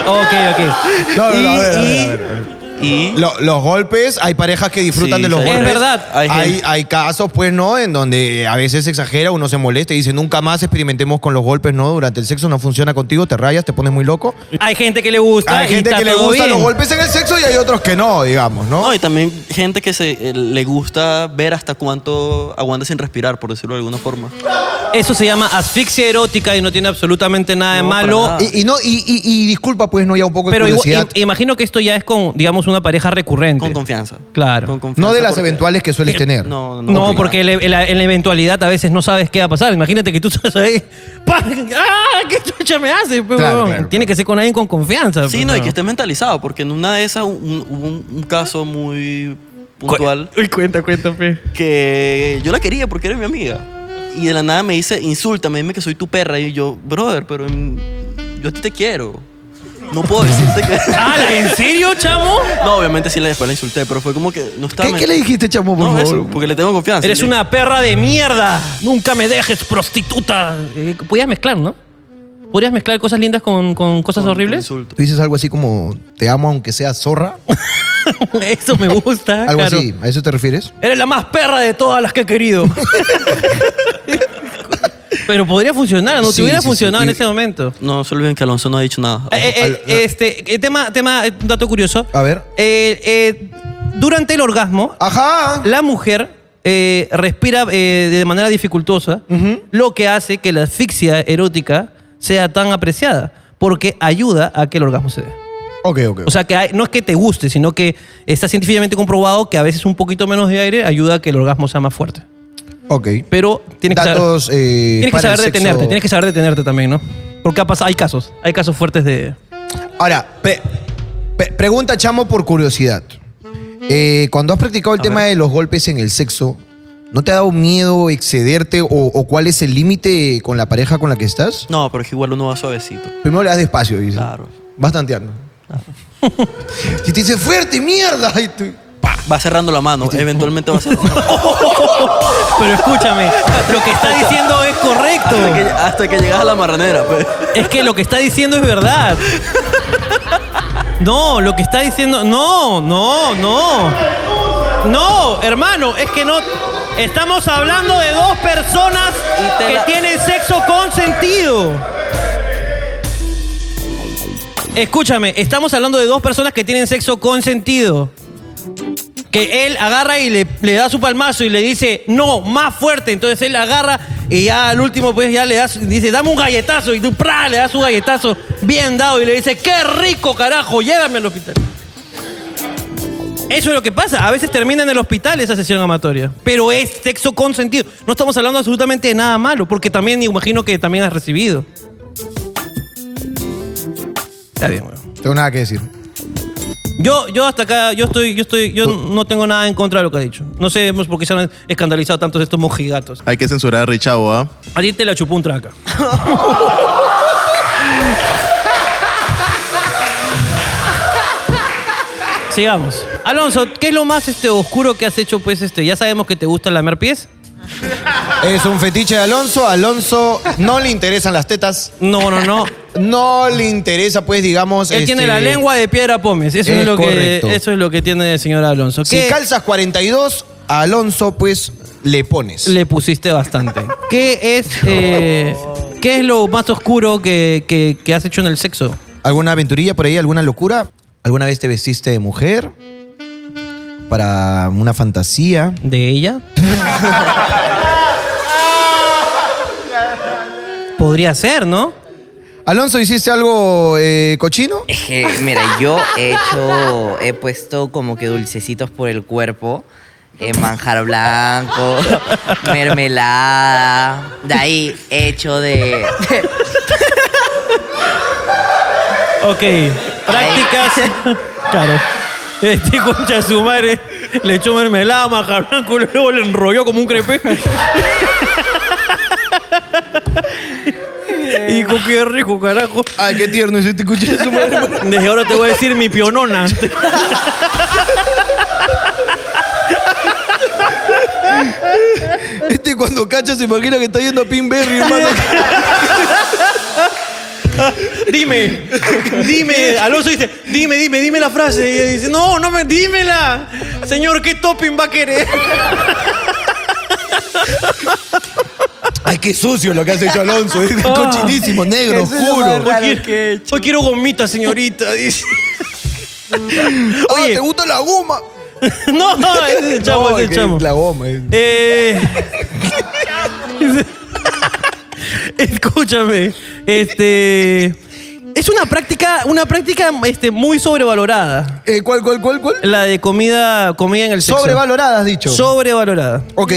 S4: ok, ok.
S3: No, no, no, a ver, a ver, a
S10: y-
S3: ver.
S10: y-
S3: Lo- los golpes, hay parejas que disfrutan
S10: Sí,
S3: de los
S10: sí.
S3: golpes.
S10: Es
S4: verdad.
S10: Hay gente-
S3: Hay, hay casos, pues, ¿no? En donde a veces se exagera, uno se molesta y dice, nunca más experimentemos con los golpes, ¿no? Durante el sexo no funciona contigo, te rayas, te pones muy loco.
S4: Hay gente que le gusta.
S3: Hay
S4: y
S3: gente
S4: está
S3: que le
S4: todo
S3: gustan
S4: bien.
S3: los golpes en el sexo y hay otros que no, digamos, ¿no?
S10: No, y también gente que se eh, le gusta ver hasta cuánto aguanta sin respirar, por decirlo de alguna forma.
S4: Eso se llama asfixia erótica y no tiene absolutamente nada de
S10: No, para
S4: malo.
S10: nada.
S3: Y, y no, y, y- y disculpa, pues, no, ya un poco de
S4: Pero igual-
S3: curiosidad.
S4: im- imagino que esto ya es con, digamos, una pareja recurrente.
S10: Con confianza.
S4: Claro.
S10: Con confianza
S3: no de las
S10: porque-
S3: eventuales que sueles tener.
S10: No, no,
S4: Eh, No, porque le- en la, en la eventualidad a veces no sabes qué va a pasar. Imagínate que tú *laughs* estás ahí. ¡pa! ¡Ah! ¿Qué chucha me hace? pe,
S3: Claro,
S4: huevón?
S3: claro,
S4: Tiene que ser con alguien con
S3: *laughs*
S4: confianza.
S10: Sí,
S4: pe,
S10: no, y
S4: huevón.
S10: que esté mentalizado, porque en una de esas un- un- hubo un, un caso muy puntual
S4: Uy, cuenta, cuenta, pe.
S10: que yo la quería porque era mi amiga. Y de la nada me dice, insúltame, dime que soy tu perra. Y yo, brother, pero mm, yo a ti te quiero. No puedo decirte que... *laughs*
S4: ¡Hala! ¿En serio, chamo?
S10: No, obviamente sí la después la insulté, pero fue como que no estaba...
S3: ¿Qué,
S10: men-
S3: qué le dijiste, chamo, por
S10: No,
S3: favor?
S10: eso, porque le tengo confianza.
S4: Eres
S10: Le-
S4: una perra de mierda. Nunca me dejes, prostituta. Eh, Podías mezclar, ¿no? ¿Podrías mezclar cosas lindas con, con cosas horribles?
S10: Insulto.
S3: Tú dices algo así como, te amo aunque sea zorra.
S4: *laughs* Eso me gusta.
S3: Algo
S4: claro.
S3: así. ¿A eso te refieres?
S4: Eres la más perra de todas las que
S3: *laughs*
S4: he querido. Pero podría funcionar, no
S3: Sí,
S4: te hubiera
S3: sí, sí.
S4: funcionado en
S3: Y-
S4: ese momento.
S10: No, se olviden que Alonso no ha dicho nada.
S4: Eh, eh, eh, este, eh, tema, tema, eh, un dato curioso.
S3: A ver. Ah.
S4: Eh, eh, durante el orgasmo,
S3: Ajá.
S4: la mujer eh, respira eh, de manera dificultosa, lo que hace que la asfixia erótica sea tan apreciada, porque ayuda a que el orgasmo se dé.
S3: Ok, ok.
S4: O sea, que hay- no es que te guste, sino que está científicamente comprobado que a veces un poquito menos de aire ayuda a que el orgasmo sea más fuerte.
S3: ok.
S4: Pero tienes que saber,
S3: Datos, eh,
S4: tienes que
S3: para el
S4: saber detenerte,
S3: sexo.
S4: tienes que saber detenerte también, ¿no? Porque ha pasado- hay casos, hay casos fuertes de...
S3: Ahora, pre- pre- pregunta chamo por curiosidad. Eh, cuando has practicado el tema de los golpes en el sexo, ¿no te ha dado miedo excederte o, o cuál es el límite con la pareja con la que estás?
S10: No, pero es que igual uno va suavecito.
S3: Primero le das despacio, dice.
S10: Claro.
S3: Vas tanteando. si te dice fuerte, mierda, y tú- pa.
S10: va cerrando la mano. Eventualmente va a
S3: *laughs*
S10: cerrar.
S4: Pero escúchame, lo que está diciendo es correcto.
S10: Hasta que, hasta que llegas a la marranera. pues.
S4: Es que lo que está diciendo es verdad. No, lo que está diciendo. No, no, no. No, hermano, es que no. Estamos hablando de dos personas
S10: Y te
S4: que
S10: la-
S4: tienen sexo consentido. Escúchame, estamos hablando de dos personas que tienen sexo consentido. Que él agarra y le, le da su palmazo y le dice, no, más fuerte. Entonces él agarra y ya al último, pues ya le das, dice, dame un galletazo. Y tú, ¡pra! le das un galletazo bien dado y le dice, ¡qué rico, carajo! Llévame al hospital. Eso es lo que pasa. A veces termina en el hospital esa sesión amatoria. Pero es sexo consentido. No estamos hablando absolutamente de nada malo, porque también imagino que también has recibido. Está bien, weón.
S3: Tengo nada que decir.
S4: Yo, yo hasta acá, yo estoy, yo estoy, yo no tengo nada en contra de lo que ha dicho. No sé pues, por qué se han escandalizado tantos estos mojigatos.
S11: Hay que censurar a Richavo, ¿ah?
S4: A ti te la chupó un *laughs* traca. Sigamos. Alonso, ¿qué es lo más este, oscuro que has hecho? Pues este, ya sabemos que te gusta lamer pies.
S3: Es un fetiche de Alonso. Alonso no le interesan las tetas.
S4: No, no, no.
S3: No le interesa, pues, digamos.
S4: Él tiene
S3: este,
S4: la lengua de piedra pómez. Eso es,
S3: es
S4: lo que,
S3: correcto.
S4: eso es lo que tiene el señor Alonso.
S3: Si
S4: ¿Qué
S3: calzas 42, a Alonso, pues, le pones.
S4: le pusiste bastante? ¿Qué es, eh, ¿qué es lo más oscuro que, que- que has hecho en el sexo?
S3: ¿Alguna aventurilla por ahí? ¿Alguna locura? ¿Alguna vez te vestiste de mujer? Para una fantasía.
S4: ¿De ella? Podría ser, ¿no?
S3: Alonso, ¿hiciste algo eh, *laughs* cochino?
S12: Es que, mira, yo he hecho, he puesto como que dulcecitos por el cuerpo, eh, manjar blanco, *laughs* mermelada, de ahí he hecho de...
S4: Ok. Prácticas. *laughs* claro. Este concha de su madre le echó mermelada, maja blanco, luego le enrolló como un *laughs* crepe. y con qué rico, carajo.
S3: Ay, qué tierno ese te concha de su madre.
S4: Desde ahora te voy a decir mi pionona.
S3: *laughs* Este cuando cacha se imagina que está yendo a *laughs* Pinberry, hermano.
S4: dime, dime. Alonso dice, dime, dime, dime la frase. Y ella dice, no, no me, dímela. Señor, ¿qué topping va a querer?
S3: Ay, qué sucio lo que has hecho, Alonso. eh. *laughs* Es cochinísimo, negro, oscuro.
S4: Hoy quiero, hoy quiero gomita, señorita. Dice.
S3: Oye, Ah, ¿te gusta la goma?
S4: *laughs* No, no, ese es el chamo, ese es el chamo.
S3: La goma. es-
S4: Eh, *laughs* escúchame, este es una práctica, una práctica este, muy sobrevalorada.
S3: Eh, ¿Cuál, cuál, cuál, cuál?
S4: La de comida, comida en el sexo.
S3: Sobrevalorada, has dicho.
S4: Sobrevalorada.
S3: ok.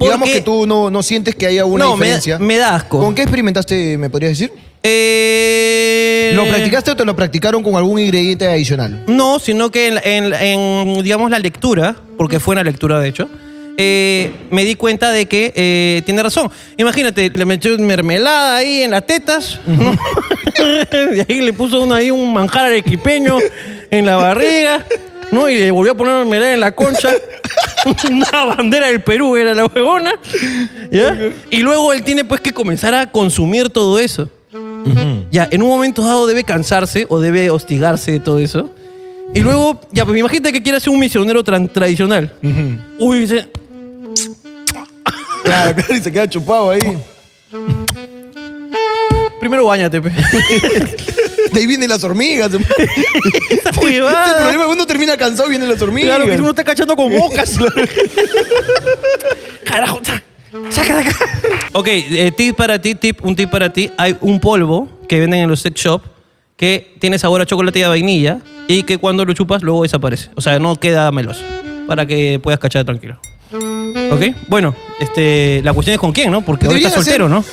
S3: Digamos que tú no, no sientes que haya una
S4: No, me da-
S3: diferencia.
S4: me da asco.
S3: ¿Con qué experimentaste, me podrías decir?
S4: Eh,
S3: ¿Lo practicaste o te lo practicaron con algún ingrediente adicional?
S4: No, sino que en, en- en, digamos, la lectura, porque fue una lectura de hecho, eh, me di cuenta de que eh, tiene razón. Imagínate, le metió mermelada ahí en las tetas, ¿no? *laughs* y ahí le puso uno ahí un manjar arequipeño en la barriga, ¿no? Y le volvió a poner mermelada en la concha. *laughs* Una bandera del Perú era la huevona. ¿ya? Y luego él tiene pues que comenzar a consumir todo eso. Ya, en un momento dado debe cansarse o debe hostigarse de todo eso. Y luego, ya, pues imagínate que quiere ser un misionero tran- tradicional. Uy, dice,
S3: Claro, claro, y se queda chupado *laughs* ahí.
S4: primero bañate, pe. *laughs*
S3: De ahí vienen las hormigas. hermano.
S4: Esa
S3: Este
S4: huevada.
S3: problema uno termina cansado, vienen las hormigas.
S4: Claro que uno está cachando con *laughs* bocas. Carajo, sa- saca de acá. Ok, eh, tip para ti, tip, un tip para ti. Hay un polvo que venden en los sex shop que tiene sabor a chocolate y a vainilla y que cuando lo chupas luego desaparece. O sea, no queda meloso para que puedas cachar tranquilo. Ok, bueno, este, la cuestión es con quién, ¿no? Porque ahorita
S3: Deberían
S4: estás soltero, ¿no?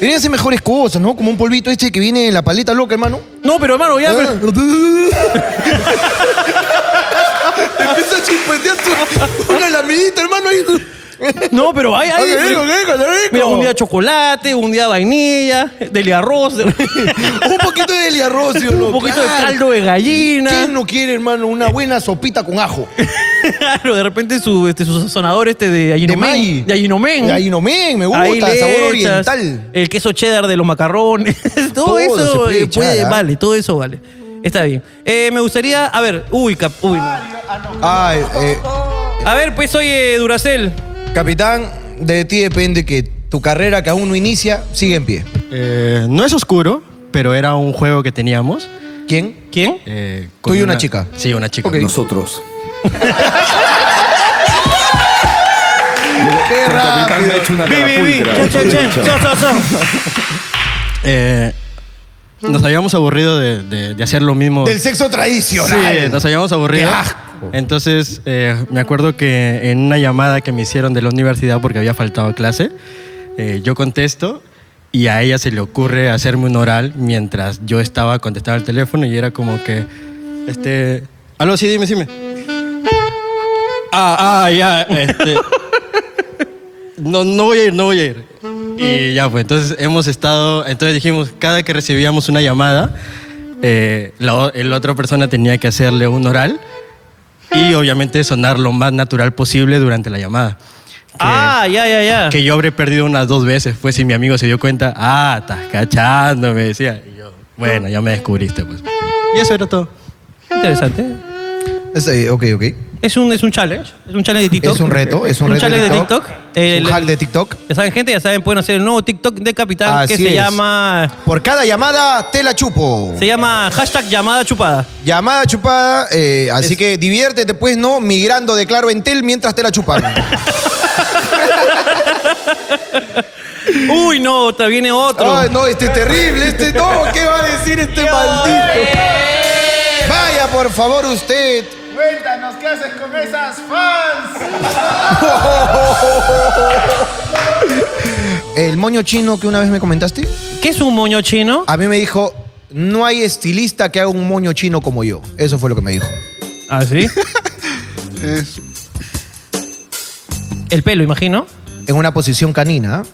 S3: Deberían ser mejores cosas, ¿no? Como un polvito este que viene en la paleta loca,
S4: *laughs*
S3: hermano.
S4: No, pero hermano, ya.
S3: Ah,
S4: pero-
S3: *laughs* Empieza a chimpetear tu, una lamidita, hermano. Ahí.
S4: No, pero hay, hay.
S5: Ok, ok, ok.
S4: Mira, un día chocolate, un día vainilla, del arroz.
S3: *laughs*
S4: un
S3: poquito
S4: *laughs*
S3: de arroz, yo
S4: Un poquito de caldo de gallina.
S3: ¿Quién no quiere, hermano, una buena sopita con ajo?
S4: *laughs* Claro, de repente su, este, su sazonador este de
S3: maíz.
S4: Ayinomen. De Ayinomen.
S3: De Ayinomen, me gusta,
S4: Ahí le
S3: sabor
S4: echas
S3: oriental.
S4: El queso cheddar de los macarrones. *laughs* todo,
S3: Todo se
S4: eso
S3: puede
S4: eh, puede-
S3: echar, ¿ah?
S4: vale, todo eso vale. Está bien. Eh, me gustaría, a ver, uy, cap, uy. no.
S3: Ay, eh,
S4: A ver, pues oye, Duracel.
S3: Capitán, de ti depende que tu carrera que aún no inicia sigue en pie.
S11: Eh, no es oscuro, pero era un juego que teníamos. Eh,
S3: ¿Quién? Eh,
S4: ¿Quién?
S11: con
S3: Tú y una chica.
S11: Sí, una chica.
S13: Nosotros.
S3: ¡Qué
S13: rápido!
S11: Vi, vi, vi. Chan, chan, chan. Chao, chao, chao. Eh, nos habíamos aburrido de, de- de hacer lo mismo.
S3: Del sexo tradicional.
S11: Sí, nos habíamos aburrido.
S3: Qué
S11: Entonces, eh, me acuerdo que en una llamada que me hicieron de la universidad porque había faltado a clase, eh, yo contesto y a ella se le ocurre hacerme un oral mientras yo estaba contestando el teléfono y era como que, este, aló, sí, dime, dime. Ah, ah, ya, este. No, no voy a ir, no voy a ir. Y ya fue. Entonces hemos estado. Entonces dijimos, cada que recibíamos una llamada, eh, la, o- el otra persona tenía que hacerle un oral y obviamente sonar lo más natural posible durante la llamada.
S4: Ah, ya, ya, ya.
S11: Que yo habré perdido unas dos veces, pues si mi amigo se dio cuenta, ah, estás cachando, me decía. Y yo, bueno, ya me descubriste, pues. Y eso era todo.
S4: Interesante.
S3: Es, eh, ok, ok.
S4: Es un, es un challenge. Es un challenge de TikTok.
S3: Es un reto, es un reto de
S4: challenge de
S3: TikTok.
S4: TikTok.
S3: un
S4: El-
S3: hack de TikTok.
S4: Ya saben, gente, ya saben, pueden hacer el nuevo TikTok de Capitán
S3: Así
S4: que se
S3: es.
S4: llama.
S3: Por cada llamada, te la chupo.
S4: Se llama hashtag llamada chupada.
S3: Llamada chupada, eh, así que diviértete, pues, ¿no? Migrando de Claro Entel mientras te la
S4: *laughs*
S3: chupan.
S4: Uy, no, otra viene otro.
S3: Ay, no, este es terrible, este no, ¿qué va a decir este maldito?
S11: Eh.
S3: Vaya, por favor, usted.
S6: Cuéntanos qué haces con esas fans.
S3: El moño chino que una vez me comentaste.
S4: ¿Qué es un moño chino?
S3: A mí me dijo, no hay estilista que haga un moño chino como yo. Eso fue lo que me dijo.
S4: ¿Ah, sí? El pelo, imagino.
S3: En una posición canina.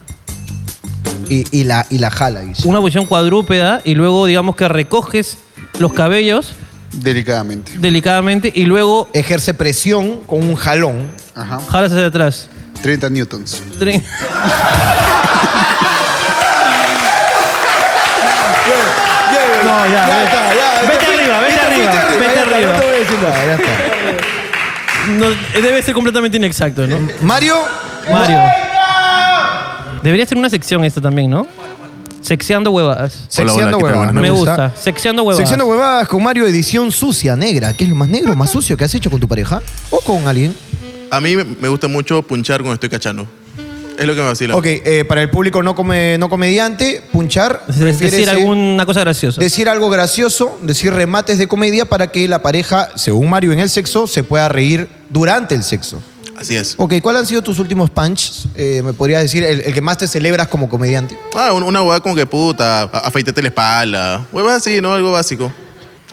S3: Y, y la, y la jala, dice.
S4: Una posición cuadrúpeda y luego, digamos que recoges los cabellos
S13: Delicadamente.
S4: delicadamente y luego
S3: Ejerce presión con un jalón.
S13: Ajá.
S4: jalas hacia atrás.
S13: 30 newtons.
S4: Tre-
S11: No, ya,
S3: ya
S11: ve-
S3: está, ya,
S11: vete
S3: ya fui-
S11: arriba, vete
S3: ya fui
S11: arriba, vete
S3: ya está,
S11: arriba.
S3: no te voy a decir nada, ya está.
S4: No, debe ser completamente inexacto, ¿no?
S3: Mario.
S4: Mario. Debería ser una sección esta también, ¿no? Seccionando huevadas.
S3: Seccionando Hola, hola, ¿qué tal? huevadas,
S4: Me
S3: Ah, me gusta.
S4: gusta. Seccionando huevadas.
S3: Sección de huevadas con Mario, edición sucia, negra. ¿Qué es lo más negro, más sucio que has hecho con tu pareja? ¿O con alguien?
S14: A mí me gusta mucho punchar cuando estoy cachando. Es lo que me vacila.
S3: Ok, eh, para el público no, come, no comediante, punchar.
S4: Es decir,
S3: refiérese-
S4: alguna cosa graciosa.
S3: Decir algo gracioso, decir remates de comedia para que la pareja, según Mario en el sexo, se pueda reír durante el sexo.
S14: Así es.
S3: Ok, ¿cuáles han sido tus últimos punches? Eh, ¿Me podrías decir el, el que más te celebras como comediante?
S14: Ah, un- una hueá como que puta, a- afeítate la espalda. Huevas así, ¿no? Algo básico.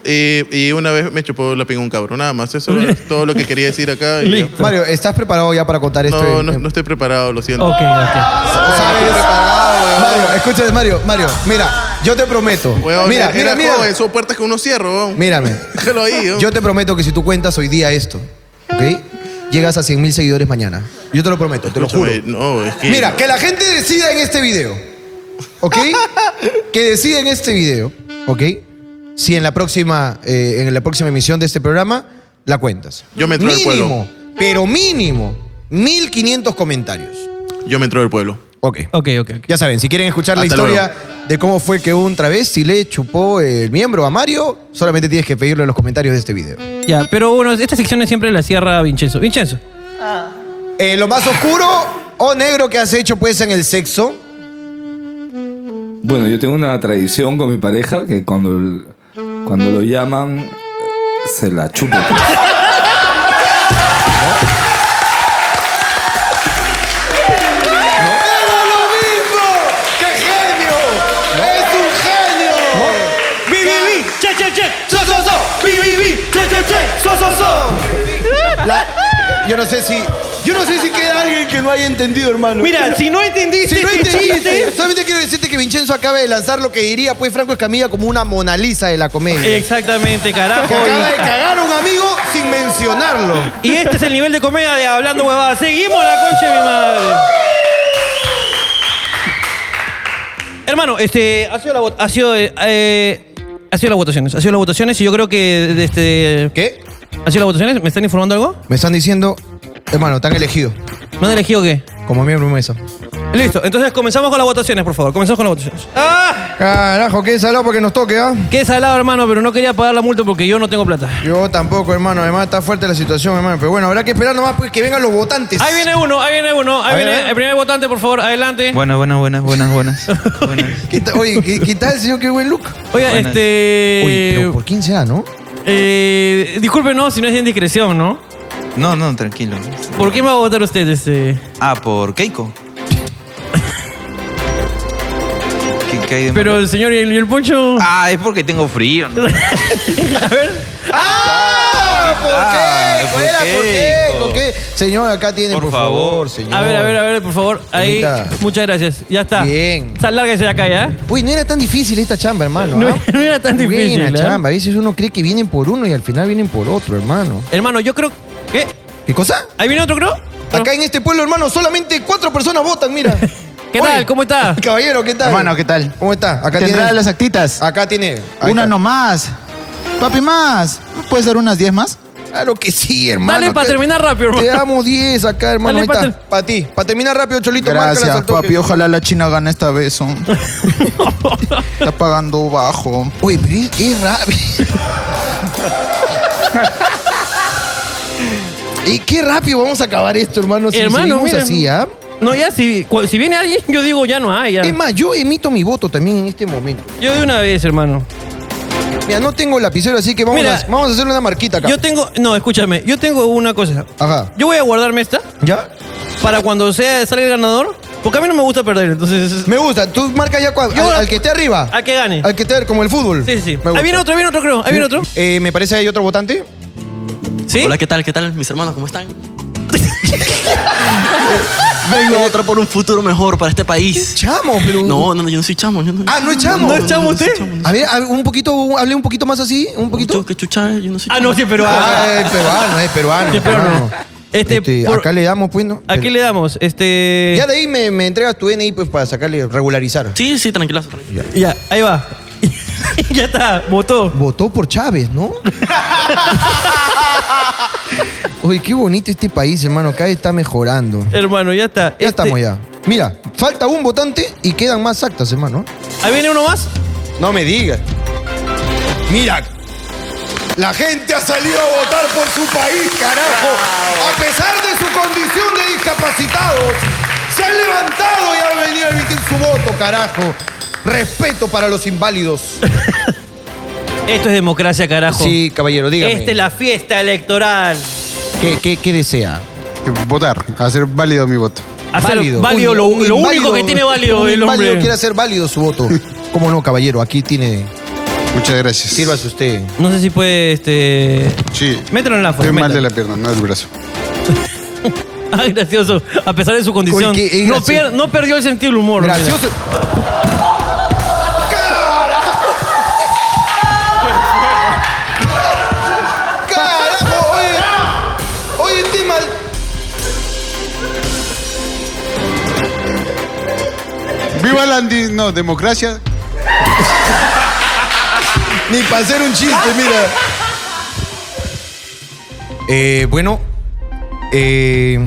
S14: Y, y una vez me chupó la pinga un cabrón, nada más. Eso era todo lo que quería decir acá. y ya.
S3: Mario, ¿estás preparado ya para contar esto?
S14: No,
S3: en-
S14: no,
S3: en- Ah,
S14: no estoy preparado, lo siento.
S3: Mario, escúchame, Mario, Mario, mira, yo te prometo.
S14: Huevón,
S3: mira,
S14: era
S3: mira, mira.
S14: joven, son puertas que uno cierra, huevón.
S3: Mírame.
S14: Déjalo ahí, huevón.
S3: Yo te prometo que si tú cuentas hoy día esto, ¿ok? Llegas a 100 mil seguidores mañana. Yo te lo prometo, te lo juro.
S14: Escúchame, No, es que.
S3: Mira, que la gente decida en este video,
S14: *laughs*
S3: ¿ok? que decida en este video, ¿ok? Si en la próxima, eh, en la próxima emisión de este programa la cuentas.
S14: Yo me entro al
S3: mínimo,
S14: pueblo.
S3: pero mínimo 1500 comentarios.
S14: Yo me entro del pueblo.
S3: Ok.
S4: Ok, ok. ok.
S3: Ya saben, si quieren escuchar la
S14: Hasta
S3: historia de cómo fue que un travesti le chupó el miembro a Mario, solamente tienes que pedirlo en los comentarios de este video.
S4: Ya, pero bueno, estas secciones siempre las cierra Vincenzo. Vincenzo.
S3: Eh, lo más oscuro o negro que has hecho pues en el sexo.
S13: Bueno, yo tengo una tradición con mi pareja que cuando, el- cuando lo llaman, se la chupa.
S6: ¡Era lo mismo! ¡Qué genio! ¡Es un genio! ¡Vi, vi, vi! ¡Che, che, che! ¡So, so, so! ¡Vi, vi, vi! ¡Che, che, che! ¡So, so, so!
S3: La- yo no sé si. Yo no sé si queda alguien que no haya entendido, hermano.
S4: Mira, si no
S6: *laughs*
S4: entendiste
S3: Si no
S4: este
S3: entendiste,
S4: chiste-
S3: solamente quiero decirte que Vincenzo acaba de lanzar lo que diría pues Franco Escamilla como una Mona Lisa de la comedia.
S6: Eh,
S4: Exactamente, carajo.
S3: Que acaba de cagar a un amigo sin mencionarlo.
S4: Y este es el nivel de comedia de Hablando Huevadas. Seguimos la concha de mi madre. Hermano, este, ha sido la vot- ha sido, eh, eh, ha sido las votaciones. Ha sido las votaciones y yo creo que este.
S3: ¿Qué?
S4: ¿Ha sido las votaciones? ¿Me están informando algo?
S3: Me están diciendo, hermano, te han elegido.
S4: ¿Me han elegido qué?
S3: Como miembro mesa.
S4: Listo, entonces comenzamos con las votaciones, por favor. Comenzamos con las votaciones.
S3: Ah. Carajo, qué salado porque nos toque, ¿ah?
S4: Qué salado, hermano, pero no quería pagar la multa porque yo no tengo plata.
S3: Yo tampoco, hermano. Además, está fuerte la situación, hermano. Pero bueno, habrá que esperar nomás pues, que vengan los votantes.
S4: Ahí viene uno, ahí viene uno, ahí
S3: A ver,
S4: viene
S3: a ver.
S4: el primer votante, por favor, adelante.
S8: Buenas, buenas, buenas, buenas, buenas.
S4: *laughs*
S3: ¿Qué tal- oye, ¿qué, qué tal, señor? Qué buen look.
S4: Oiga,
S8: Buenas.
S4: este.
S3: Oye, pero por 15 A, ¿no?
S4: Eh, disculpe, no, si no es indiscreción, ¿no?
S8: No, no, tranquilo.
S4: ¿Por qué me va a votar usted este?
S8: Ah, por Keiko. ¿Qué, qué hay de
S4: Pero el señor y el, y el poncho.
S8: Ah, es porque tengo frío. ¿no?
S4: A ver.
S3: ¡Ah! ¿Por
S8: Ah,
S3: qué?
S8: ¿por
S3: Era,
S8: qué?
S3: ¿Por qué? ¿Por qué? Señor, acá tiene, por, favor, señor.
S4: A ver, a ver, a ver, por favor. Ahí.
S3: Señorita.
S4: Muchas gracias. Ya está.
S3: Bien.
S4: Sal, lárguese de acá, ¿ya?
S3: Uy, no era tan difícil esta chamba, hermano.
S4: No,
S3: ¿ah?
S4: no era tan difícil,
S3: Buena
S4: ¿ah?
S3: chamba. A veces uno cree que vienen por uno y al final vienen por otro, hermano.
S4: Hermano, yo creo. ¿Qué?
S3: ¿Qué cosa?
S4: Ahí viene otro, creo.
S3: Acá en este pueblo, hermano, solamente cuatro personas votan, mira.
S4: *laughs* ¿Qué tal? ¿Cómo está?
S3: *laughs* Caballero, ¿qué tal?
S9: Hermano, ¿qué tal?
S3: ¿Cómo está? Acá
S9: ¿Tendrá
S3: tiene.
S9: las actitas?
S3: Acá tiene. Ahí
S9: Una
S3: está.
S9: nomás. Papi, más. ¿Puedes dar unas 10 más?
S3: Claro que sí, hermano.
S9: Dale pa'
S3: Te-
S9: terminar rápido, hermano.
S3: Te damos 10 acá, hermano.
S9: Dale
S3: Ahí
S9: pa'
S3: está. Para ti. Para terminar rápido, Cholito. márcalas
S9: Gracias,
S3: al toque.
S9: papi. Ojalá la China gane esta vez. son.
S3: *laughs*
S9: Está pagando bajo.
S3: Uy, pero es- es rápido.
S9: *laughs*
S3: y qué rápido vamos a acabar esto, hermano. Si
S4: Hermano,
S3: seguimos
S4: mira.
S3: así, ¿ah?
S4: No, ya, si, cu- si viene alguien, yo digo ya no hay. Ya.
S3: Es más, yo emito mi voto también en este momento.
S4: Yo de una vez, hermano.
S3: Mira, no tengo lapicero, así que vamos,
S4: Mira.
S3: a, vamos a hacer una marquita acá.
S4: Yo tengo. No, escúchame. Yo tengo una cosa.
S3: Ajá.
S4: Yo voy a guardarme esta
S3: ¿Ya?
S4: para cuando sea, salga el ganador. Porque a mí no me gusta perder, entonces.
S3: Me gusta. Tú marcas ya cua-
S4: Yo-
S3: al, al que esté arriba.
S4: A que gane.
S3: Al que esté como el fútbol.
S4: Sí, sí, sí.
S3: Me gusta.
S4: Ahí viene otro, ahí viene otro, creo. Ahí viene otro.
S3: Eh, me parece hay otro votante.
S4: ¿Sí?
S10: Hola, ¿qué tal? ¿Qué tal? Mis hermanos, ¿cómo están?
S3: Vengo
S10: a otra por un futuro mejor para este país.
S3: Chamo, pero.
S10: No, no, no, yo no soy chamo. yo no-
S3: Ah, no es chamo.
S10: No es chamo usted.
S3: A ver, a ver, un poquito, hable un poquito más así, un poquito.
S10: ¿Qué chucha? Yo no soy
S4: Ah, no, sí, pero.
S3: Ah, es peruano, es peruano.
S4: Sí, pero no.
S3: peruano.
S4: Este,
S3: Este,
S4: por-
S3: Acá le damos, pues, ¿no?
S4: Aquí le damos, este.
S3: Ya de ahí me, me entregas tu NI pues, para sacarle, regularizar.
S10: Sí, sí, tranquilazo.
S4: Ya, ahí va. *laughs* ya está, votó.
S3: Votó por Chávez,
S4: *laughs*
S3: ¿no? Oye, qué bonito este país, hermano. Cada vez está mejorando.
S4: Hermano, ya está. Este,
S3: Ya estamos ya. Mira, falta un votante y quedan más actas, hermano.
S4: Ahí viene uno más.
S3: No me digas. Mira. La gente ha salido a votar por su país, carajo. A pesar de su condición de discapacitados, se han levantado y han venido a emitir su voto, carajo. Respeto para los inválidos.
S4: Esto es democracia, carajo.
S3: Sí, caballero, dígame.
S4: Esta es la fiesta electoral.
S3: ¿Qué, qué, qué desea?
S15: Votar, hacer válido mi voto.
S4: Hacer válido, lo- lo único que tiene válido
S3: un
S4: el hombre.
S3: inválido quiere hacer válido su voto. ¿Cómo no, caballero? Aquí tiene.
S15: Muchas gracias.
S3: Sírvase usted.
S4: No sé si puede, este. *laughs*
S15: Sí.
S4: Mételo en la foto.
S15: Estoy mal de
S4: mételo.
S15: la pierna, no del brazo.
S4: Ah, gracioso. A pesar de su condición.
S15: Oye, qué- es
S4: no,
S15: gracioso.
S4: pier- no perdió el sentido del humor.
S3: Gracioso. ¡Carajo! Oye, oye, este mal.
S15: ¡Viva la andi- no,
S3: *laughs*
S15: democracia!
S3: Ni para hacer un chiste, mira. Eh, bueno. Eh,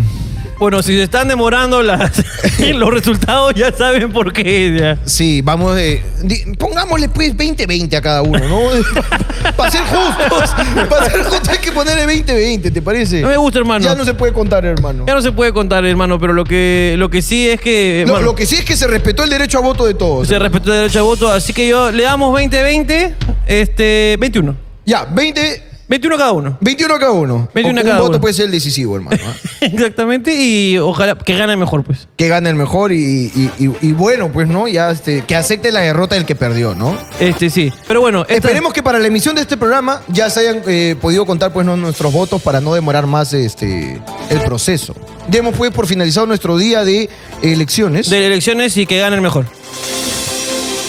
S4: Bueno, si se están demorando
S3: *laughs*
S4: las, *laughs* los resultados, ya saben por qué. ya.
S3: sí, vamos de. di- pongámosle pues 20-20 a cada uno,
S4: *laughs*
S3: ¿no? para ser justos. Para ser justos hay que ponerle 20-20, ¿te parece?
S4: No me gusta, hermano.
S3: Ya no se puede contar, hermano.
S4: Ya no se puede contar, hermano, pero lo que, lo que sí es que.
S3: No,
S4: hermano,
S3: lo que sí es que se respetó el derecho a voto de todos.
S4: Se respetó el derecho a voto, así que yo le damos 20-20, este, 21.
S3: Ya, 20.
S4: 21 cada uno. *laughs*
S3: 21 cada uno.
S4: 21
S3: un
S4: cada
S3: voto
S4: uno.
S3: puede ser el decisivo, hermano. ¿ah?
S4: Exactamente, y ojalá que gane mejor, pues.
S3: que gane el mejor y, y- y- y bueno, pues, ¿no? Ya este, que acepte la derrota del que perdió, ¿no?
S4: Este sí. Pero bueno, esta-
S3: Esperemos que para la emisión de este programa ya se hayan eh, podido contar pues, ¿no? nuestros votos para no demorar más este, el proceso. Demos pues por finalizado nuestro día de elecciones.
S4: De elecciones y que gane el mejor.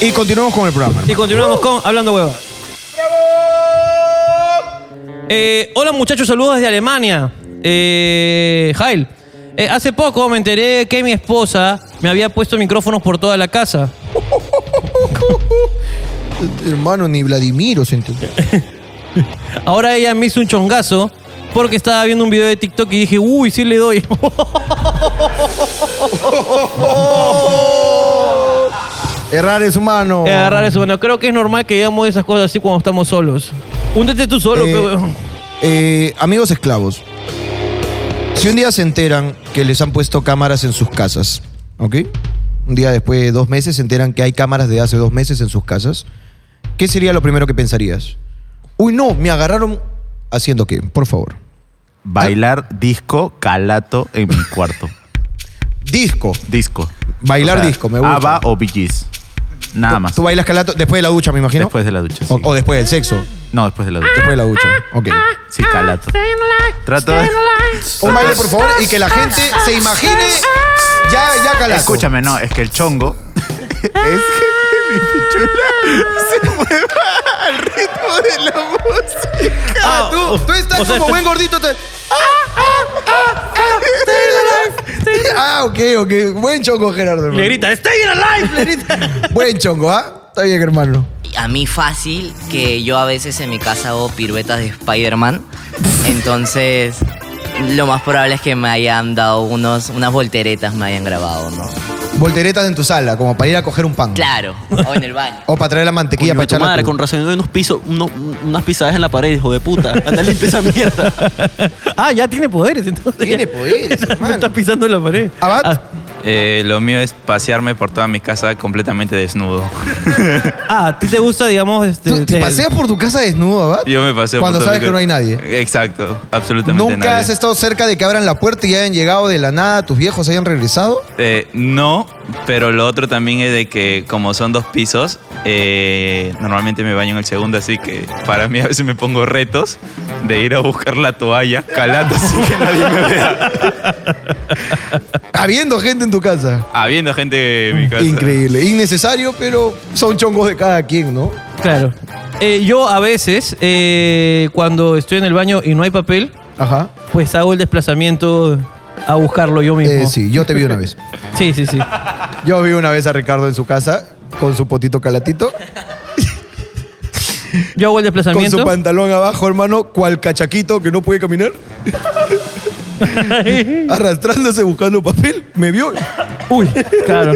S3: Y continuamos con el programa.
S4: Y continuamos con Hablando Hueva. Eh, hola muchachos, saludos desde Alemania. Eh, Jail, eh, hace poco me enteré que mi esposa me había puesto micrófonos por toda la casa.
S3: Hermano, ni Vladimiro se *laughs* enteró.
S4: Ahora ella me hizo un chongazo porque estaba viendo un video de TikTok y dije, uy, sí le doy. *laughs*
S3: Errar es humano.
S4: Eh, agarrar eso. Bueno, creo que es normal que digamos esas cosas así cuando estamos solos. Úndete tú solo,
S3: Eh,
S4: pe, weón.
S3: eh, amigos esclavos, si un día se enteran que les han puesto cámaras en sus casas, ¿ok? Un día después de dos meses se enteran que hay cámaras de hace dos meses en sus casas, ¿qué sería lo primero que pensarías? Uy, no, me agarraron haciendo qué, por favor.
S9: Bailar disco calato en mi cuarto.
S3: disco.
S9: Disco.
S3: Bailar disco, me gusta.
S9: Ava o Bee Gees. Nada más.
S3: ¿Tú bailas calato después de la ducha, me imagino?
S9: Después de la ducha.
S3: O, o después del sexo.
S9: No, después de la ducha.
S3: Después de la ducha, ok.
S9: Sí, calato. Trato de.
S3: Un baile, por favor, y que la gente se imagine ya, ya calato.
S9: Escúchame, no, es que el chongo. es que mi pichula se mueva al ritmo de la música.
S3: Ah, tú, tú estás
S9: o sea,
S3: como
S9: esto-
S3: buen gordito. te- Ah, ok, ok. Buen chongo, Gerardo. hermano.
S4: Le grita, "Stay alive", le grita.
S3: *laughs* Buen chongo, ¿ah? Está bien, hermano.
S12: A mí fácil, que yo a veces en mi casa hago piruetas de Spider-Man. Entonces, lo más probable es que me hayan dado unos, unas volteretas, me hayan grabado, ¿no?
S3: Volteretas en tu sala, como para ir a coger un pan.
S12: Claro, o en el baño.
S3: O para traer la mantequilla
S10: Coño,
S3: para
S10: tu
S3: echarla. a
S10: madre,
S3: tu-
S10: con razón, hay unos pisos, uno- unas pisadas en la pared, hijo de puta. Anda limpia esa mierda.
S4: *laughs* Ah, ya tiene poderes, entonces. *laughs* Tiene
S3: poderes,
S10: *laughs*
S3: hermano.
S4: Estás pisando la pared.
S3: Ah,
S8: Eh, lo mío es pasearme por toda mi casa completamente desnudo.
S4: ah, ¿a ti te gusta, digamos, este,
S3: ¿Te
S4: el-
S3: paseas por tu casa desnudo, ¿verdad?
S8: Yo me paseo
S3: Cuando
S8: por toda
S3: sabes
S8: mi
S3: que no hay
S8: casa.
S3: nadie.
S8: Exacto, absolutamente
S3: ¿Nunca
S8: nadie.
S3: has estado cerca de que abran la puerta y hayan llegado de la nada, tus viejos hayan regresado?
S8: Eh, no, pero lo otro también es de que como son dos pisos, eh, normalmente me baño en el segundo, así que para mí a veces me pongo retos de ir a buscar la toalla calando sin que nadie me
S9: *laughs*
S8: vea.
S3: Habiendo gente en tu casa.
S8: Habiendo gente en mi casa.
S3: Increíble. Innecesario, pero son chongos de cada quien, ¿no?
S4: Claro. Eh, yo a veces, eh, cuando estoy en el baño y no hay papel,
S3: Ajá.
S4: pues hago el desplazamiento a buscarlo yo mismo.
S3: Eh, sí, yo te vi una vez.
S4: Sí, sí, sí.
S3: *laughs* Yo vi una vez a Ricardo en su casa con su potito calatito,
S4: Yo hago el
S3: con su
S4: desplazamiento.
S3: pantalón abajo, hermano, cual cachaquito que no puede *laughs* caminar. Arrastrándose buscando papel, me vio.
S4: Uy, *laughs* claro.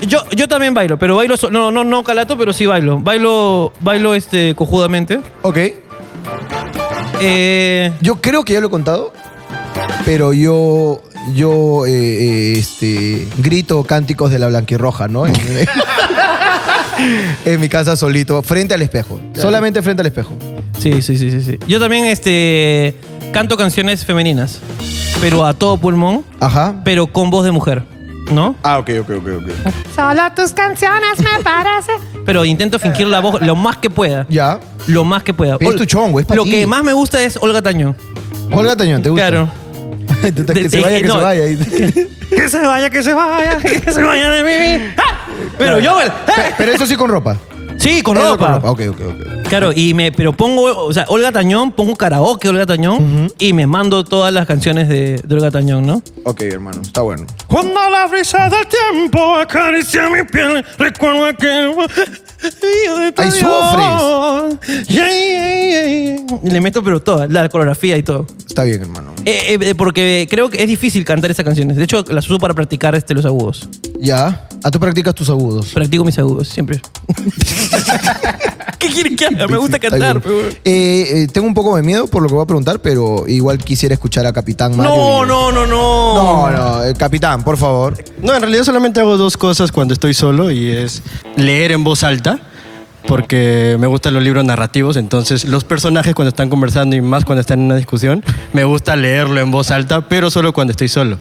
S4: Yo, yo también bailo, pero bailo so- no no no calato, pero sí bailo. Bailo bailo este cojudamente. Eh,
S3: Ok. Yo creo que ya lo he contado, pero yo, yo eh, eh, este, grito cánticos de la blanquirroja, ¿no? En, en mi casa solito, frente al espejo. Solamente frente al espejo.
S4: Sí, sí, sí, sí, sí. Yo también este canto canciones femeninas, pero a todo pulmón,
S3: Ajá.
S4: pero con voz de mujer, ¿no?
S3: Ah, ok, ok, ok, ok.
S16: Solo tus canciones me parecen.
S4: Pero intento fingir la voz lo más que pueda.
S3: Ya.
S4: Lo más que pueda.
S3: Pero es
S4: Ol-
S3: tu chongo, es pa'
S4: Lo
S3: ti.
S4: que más me gusta es Olga Tañón.
S3: Olga Tañón, ¿te gusta? *laughs*
S4: Claro.
S3: Entonces, que
S4: De-
S3: se
S4: de-
S3: vaya, que
S4: no.
S3: se
S4: *laughs*
S3: vaya. Pe-
S4: Que se vaya, que se vaya, que se vaya de mí. ¡Ah! Pero yo, eh,
S3: Pero eso sí con ropa.
S4: sí, con
S3: Eso
S4: ropa.
S3: Ok, ok, ok.
S4: Claro, y me, pero pongo, o sea, Olga Tañón, pongo karaoke Olga Tañón y me mando todas las canciones de, de Olga Tañón, ¿no?
S3: Ok, hermano, está bueno.
S4: Cuando la brisa del tiempo acaricia mi piel, recuerdo que...
S3: Ay,
S4: sufres! Le meto pero toda, la coreografía y todo.
S3: Está bien, hermano.
S4: Eh, eh, eh, porque creo que es difícil cantar esas canciones. De hecho, las uso para practicar este, los agudos.
S3: Ya. Ah, tú practicas tus agudos.
S4: Practico mis agudos,
S3: *laughs*
S4: siempre. ¿Qué quieres que haga? Me gusta
S3: Está
S4: cantar.
S3: bien.
S4: pe-
S3: Eh, eh, tengo un poco de miedo por lo que voy a preguntar, pero igual quisiera escuchar a Capitán Mario.
S11: No,
S4: no,
S3: no.
S4: no,
S3: No, no, eh, Capitán, por favor.
S11: No, en realidad solamente hago dos cosas cuando estoy solo y es leer en voz alta, porque me gustan los libros narrativos, entonces los personajes cuando están conversando y más cuando están en una discusión, me gusta leerlo en voz alta, pero solo cuando estoy solo.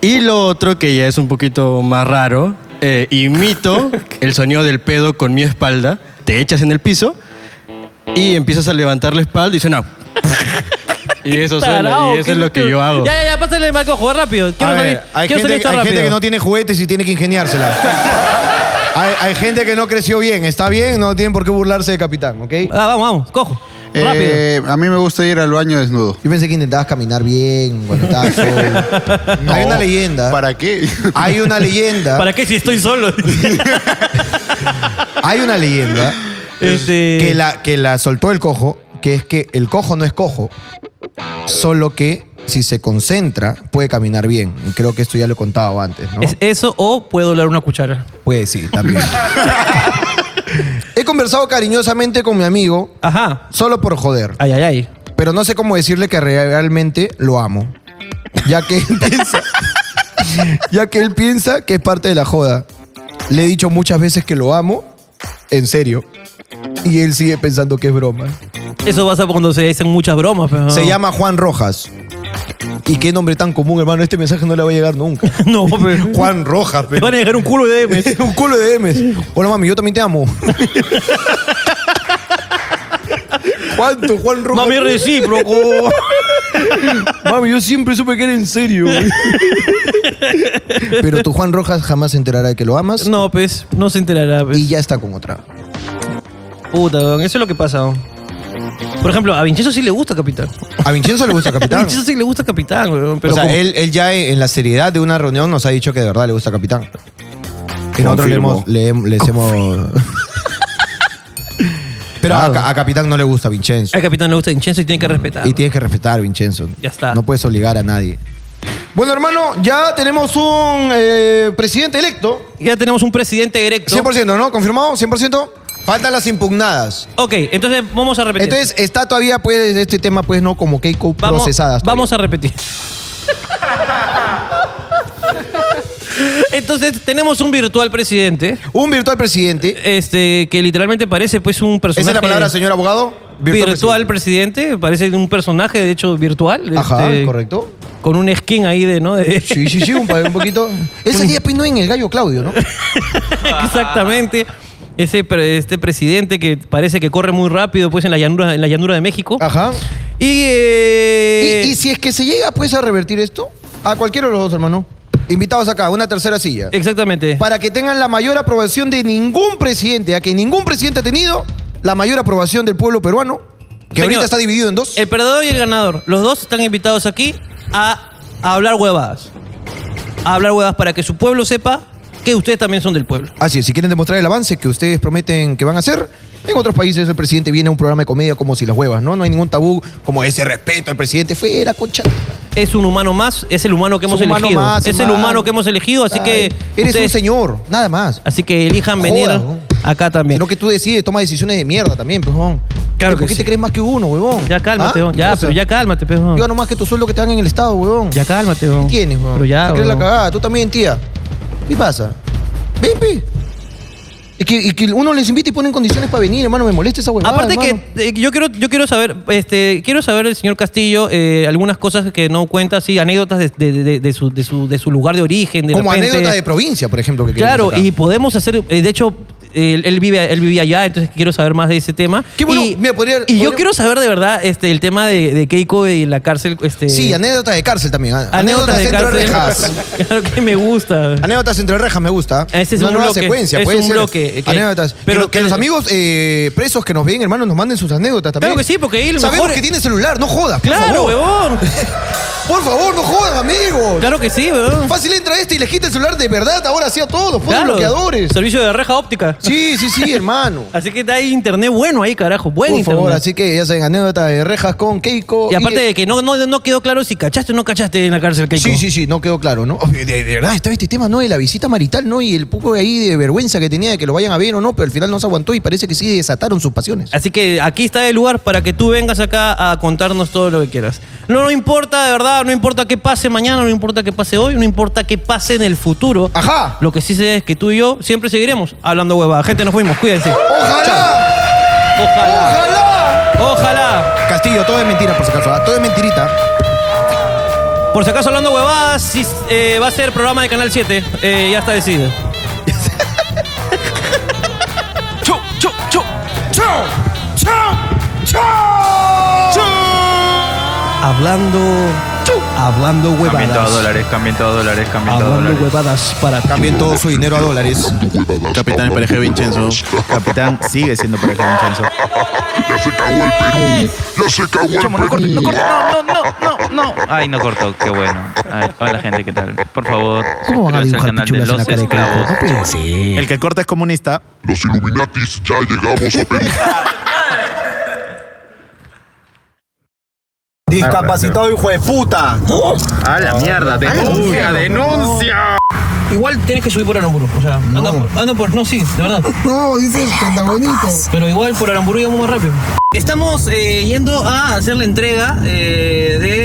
S11: Y lo otro que ya es un poquito más raro, eh,
S4: *laughs*
S11: imito el sonido del pedo con mi espalda,
S4: *laughs*
S11: te echas en el piso y empiezas a levantar la espalda y suena... Y eso
S4: Tarao,
S11: suena, y eso
S4: ¿qué
S11: es lo que
S4: tú?
S11: yo hago.
S4: Ya, ya, ya, pásale el Marco, jugar rápido. Quiero
S3: A ver,
S4: salir,
S3: hay
S4: quiero
S3: gente,
S4: salir esto
S3: hay gente
S4: rápido.
S3: que no tiene juguetes y tiene que
S4: *laughs*
S3: ingeniársela. hay, hay gente que no creció bien, está bien, no tienen por qué burlarse de capitán, ¿ok?
S4: Ah, vamos, vamos, cojo.
S15: Eh, a mí me gusta ir al baño desnudo.
S3: Yo pensé que intentabas caminar bien, cuando estabas solo. Hay una leyenda.
S15: ¿Para *laughs* qué?
S3: Hay una leyenda.
S4: *laughs* ¿Para qué si
S3: *laughs*
S4: estoy solo?
S3: Hay una leyenda que, la, que la soltó el cojo, que es que el cojo no es cojo, solo que si se concentra puede caminar bien. Y Creo que esto ya lo he contado antes, ¿no?
S4: ¿Es eso o puedo doblar una cuchara?
S3: Pues sí, también. *laughs* He conversado cariñosamente con mi amigo.
S4: Ajá.
S3: Solo por joder.
S4: Ay, ay, ay.
S3: Pero no sé cómo decirle que realmente lo amo. Ya que él *laughs* piensa. ya que él piensa que es parte de la joda. Le he dicho muchas veces que lo amo. En serio. Y él sigue pensando que es broma.
S4: Eso pasa cuando se dicen muchas bromas. pero-
S3: Se llama Juan Rojas. Y qué nombre tan común, hermano. Este mensaje no le va a llegar
S4: *laughs*
S3: nunca.
S4: *laughs* no, pero...
S3: *laughs* Juan Rojas. Te
S4: van a llegar un
S3: *laughs*
S4: culo de DMs.
S3: un culo de DMs. Hola, mami, yo también te
S4: *laughs*
S3: amo. ¿Cuánto, Juan Rojas?
S4: Mami, recíproco.
S3: *laughs* mami, yo siempre supe que era en serio. Pero tu Juan Rojas jamás se enterará de que lo amas.
S4: *laughs* No, pues, no se enterará.
S3: Y ya está con otra.
S4: Puta, weón, eso es lo que pasa. weón. Por ejemplo, a Vincenzo sí le gusta Capitán.
S3: A Vincenzo le gusta
S4: *laughs* A
S3: Capitán.
S4: Vincenzo sí le gusta Capitán, weón, pero
S3: o sea,
S4: como-
S3: él, él ya en la seriedad de una reunión nos ha dicho que de verdad le gusta Capitán. Y nosotros le
S13: Confirmo.
S3: hemos, le hem- les
S13: *laughs*
S3: hemos- Pero a, Ca- a Capitán no le gusta Vincenzo.
S4: al Capitán le gusta Vincenzo y tiene que respetar.
S3: Mm, Y tienes que respetar, Vincenzo.
S4: Ya está.
S3: No puedes obligar a nadie. Bueno, hermano, ya tenemos un eh, presidente electo.
S4: Ya tenemos un presidente electo.
S3: 100%, ¿no? ¿Confirmado? 100%. Faltan las impugnadas.
S4: Ok, entonces vamos a repetir.
S3: Entonces, está todavía, pues, este tema, pues, no como Keiko
S4: vamos,
S3: procesadas.
S4: Vamos a repetir. Entonces tenemos un virtual presidente.
S3: Un virtual presidente.
S4: Este, que literalmente parece pues un personaje.
S3: ¿Esa es la palabra, señor abogado?
S4: Virtual, este, presidente. parece un personaje de hecho virtual.
S3: Ajá,
S4: este,
S3: correcto.
S4: Con un skin ahí de, ¿no? De-
S3: Sí, sí, sí, un, pa- un poquito. Ese día peinó en el gallo Claudio, ¿no?
S4: *laughs* Exactamente. Ese, pre- este presidente que parece que corre muy rápido pues en la llanura, en la llanura de México.
S3: Ajá.
S4: Y, eh,
S3: Y, y si es que se llega, pues, a revertir esto, a cualquiera de los dos, hermano. Invitados acá, una tercera silla.
S4: Eh. Exactamente.
S3: Para que tengan la mayor aprobación de ningún presidente, ya que ningún presidente ha tenido la mayor aprobación del pueblo peruano, que
S4: Señor,
S3: ahorita está dividido en dos.
S4: El perdedor y el ganador. Los dos están invitados aquí a, a hablar huevadas. A hablar huevadas para que su pueblo sepa que ustedes también son del pueblo.
S3: Así es, si quieren demostrar el avance que ustedes prometen que van a hacer, en otros países el presidente viene a un programa de comedia como si las huevas, ¿no? No hay ningún tabú como ese respeto al presidente fuera, concha.
S4: Es un humano más, es el humano que hemos
S3: un humano
S4: elegido.
S3: más,
S4: es el
S3: humano.
S4: humano que hemos elegido, así que.
S3: Ay, eres un señor, nada más.
S4: Así que elijan venir
S3: Joda, ¿no?
S4: acá también.
S3: Lo que tú decides, toma decisiones de mierda también, pejón.
S4: Claro
S3: ¿Por
S4: que
S3: qué
S4: sí.
S3: te crees más que uno, huevón?
S4: Ya cálmate,
S3: ¿Ah?
S4: weón. ya,
S3: Cosa.
S4: pero ya cálmate, pejón.
S3: Yo nomás que tu sueldo que te dan en el Estado, huevón.
S4: Ya cálmate, weón.
S3: tienes, huevón?
S4: Pero ya,
S3: Te crees la
S4: huevón.
S3: cagada, tú también, tía. ¿Qué pasa? Ven, pe. Y que, y que uno les invita y ponen condiciones para venir, hermano. Me molesta esa huevada,
S4: Aparte
S3: hermano.
S4: que eh, yo quiero, yo quiero saber, este, quiero saber el señor Castillo eh, algunas cosas que no cuenta, sí, anécdotas de, de- de- de su, de, su, de su lugar de origen. De
S3: Como
S4: repente.
S3: anécdota de provincia, por ejemplo. Que
S4: Claro,
S3: queremos
S4: y
S3: acá.
S4: podemos hacer, eh, de hecho, él, él vive, él vivía allá, entonces quiero saber más de ese tema.
S3: Qué bueno,
S4: y,
S3: mira, podría-
S4: y yo
S3: podría-
S4: quiero saber de verdad este, el tema de, de Keiko y la cárcel. Este,
S3: Sí, anécdota de cárcel también. ah, Anécdotas,
S4: anécdotas de
S3: entre
S4: cárcel.
S3: rejas.
S4: *laughs* Claro que me gusta.
S3: Anécdotas entre rejas me gusta.
S4: Ese es
S3: Una
S4: un
S3: nueva
S4: bloque,
S3: secuencia,
S4: es
S3: puede
S4: un
S3: ser.
S4: bloque, ok.
S3: Anécdotas.
S4: Pero
S3: Pero que,
S4: que-
S3: los amigos eh, presos que nos ven, hermanos, nos manden sus anécdotas también.
S4: Claro que sí, porque ahí lo
S3: Sabemos
S4: mejor-
S3: que tiene celular, no jodas. por
S4: Claro,
S3: favor.
S4: huevón.
S3: Por favor, no jodas, amigos.
S4: Claro que sí, huevón.
S3: Fácil entra este y les quita el celular de verdad, ahora sí a todos, ponen
S4: Claro.
S3: bloqueadores.
S4: Servicio de reja óptica.
S3: Sí, sí, sí, hermano.
S4: Así que hay internet *laughs* bueno ahí, carajo. Buen
S3: Por
S4: internet.
S3: favor, así que ya saben, anécdota de rejas con Keiko.
S4: Y aparte de que no, no, no quedó claro si cachaste o no cachaste en la cárcel, Keiko.
S3: Sí, sí, sí, no quedó claro, ¿no? Oye, De, de verdad, estaba este tema, ¿no? De la visita marital, ¿no? Y el poco de ahí de vergüenza que tenía de que lo vayan a ver o no, pero al final no se aguantó y parece que sí desataron sus pasiones.
S4: Así que aquí está el lugar para que tú vengas acá a contarnos todo lo que quieras. No, no importa, de verdad, no importa qué pase mañana, no importa qué pase hoy, no importa qué pase en el futuro.
S3: Ajá.
S4: Lo que sí sé es que tú y yo siempre seguiremos hablando huevada. Gente, nos fuimos, cuídense.
S3: ¡Ojalá!
S4: Ojalá. Ojalá.
S3: Castillo, todo es mentira, por si acaso, ¿ah? todo es mentirita.
S4: Por si acaso hablando huevadas, sí, eh, va a ser programa de Canal 7. Eh, ya está decidido.
S5: *laughs* ¡Chau, chau, chau! ¡Chau! ¡Chau! ¡Chau! ¡Chau!
S4: A
S17: hablando. Hablando
S1: Cambien
S17: huevadas.
S1: todos dólares, cambien todos dólares,
S9: Ah,
S1: cambien todos
S17: Hablando
S1: dólares.
S17: huevadas para ti.
S18: Cambien todo su dinero a dólares.
S19: Capitán es pareja de Vincenzo. Capitán sigue siendo pareja de Vincenzo.
S9: Ya se cagó el Perú. Ya se cagó el Perú.
S1: No, no, no, no. Ay, no cortó, qué bueno. Ay, hola gente, ¿qué tal? Por favor,
S9: ¿Cómo van a
S1: suscríbanse al canal
S9: dibujar
S1: de
S9: pichulas en
S1: los
S9: la cara de
S1: esclavos.
S9: carajo? No pues,
S19: El que corta es comunista.
S9: Los Illuminatis ya llegamos a Perú.
S3: Discapacitado, hijo de puta.
S4: A la mierda,
S3: denuncia, denuncia.
S4: Igual tienes que subir por Aramburu, o sea, anda, por, anda por- no, sí, de verdad. *laughs* No, dices bonito. Pero igual por Aramburu íbamos más rápido. Estamos eh, yendo a hacer la entrega eh, de,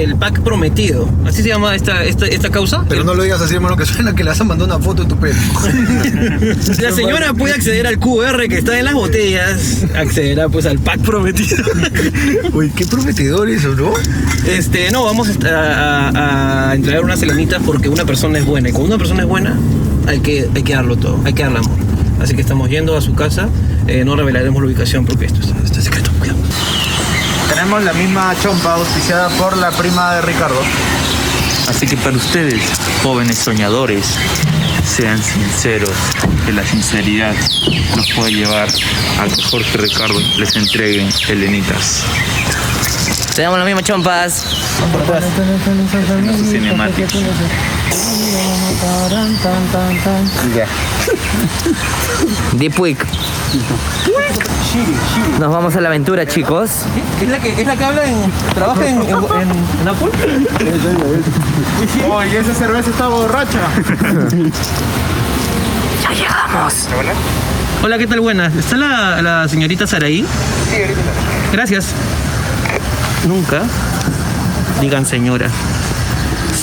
S4: eh, el pack prometido. Así se llama esta, esta, esta causa.
S20: Pero no lo digas así, hermano, que suena que le has mandado una foto de tu pelo.
S4: *laughs* La señora puede acceder al QR que está en las botellas, accederá pues al pack prometido.
S20: *laughs* Uy, qué prometedor eso, ¿no?
S4: Este, no, vamos a, a- a entregar unas selenitas porque una persona es buena. Y cuando una persona es buena, hay que, hay que darlo todo, hay que darle amor. Así que estamos yendo a su casa, eh, no revelaremos la ubicación porque esto es, esto es secreto. Cuidado.
S3: Tenemos la misma chompa auspiciada por la prima de Ricardo.
S8: Así que para ustedes, jóvenes soñadores, sean sinceros, que la sinceridad los puede llevar a que Jorge Ricardo les entreguen helenitas.
S12: Tenemos los mismos chompas. Ya. Deep Week. Nos vamos a la aventura, chicos.
S4: ¿Es la que, es la que habla en. trabaja en, en, en- en Apple?
S3: Oye, esa cerveza está borracha.
S4: Ya llegamos. Hola, ¿qué tal? Buenas. ¿Está la, la señorita Saraí? Sí, ahorita. Gracias. Nunca digan señora.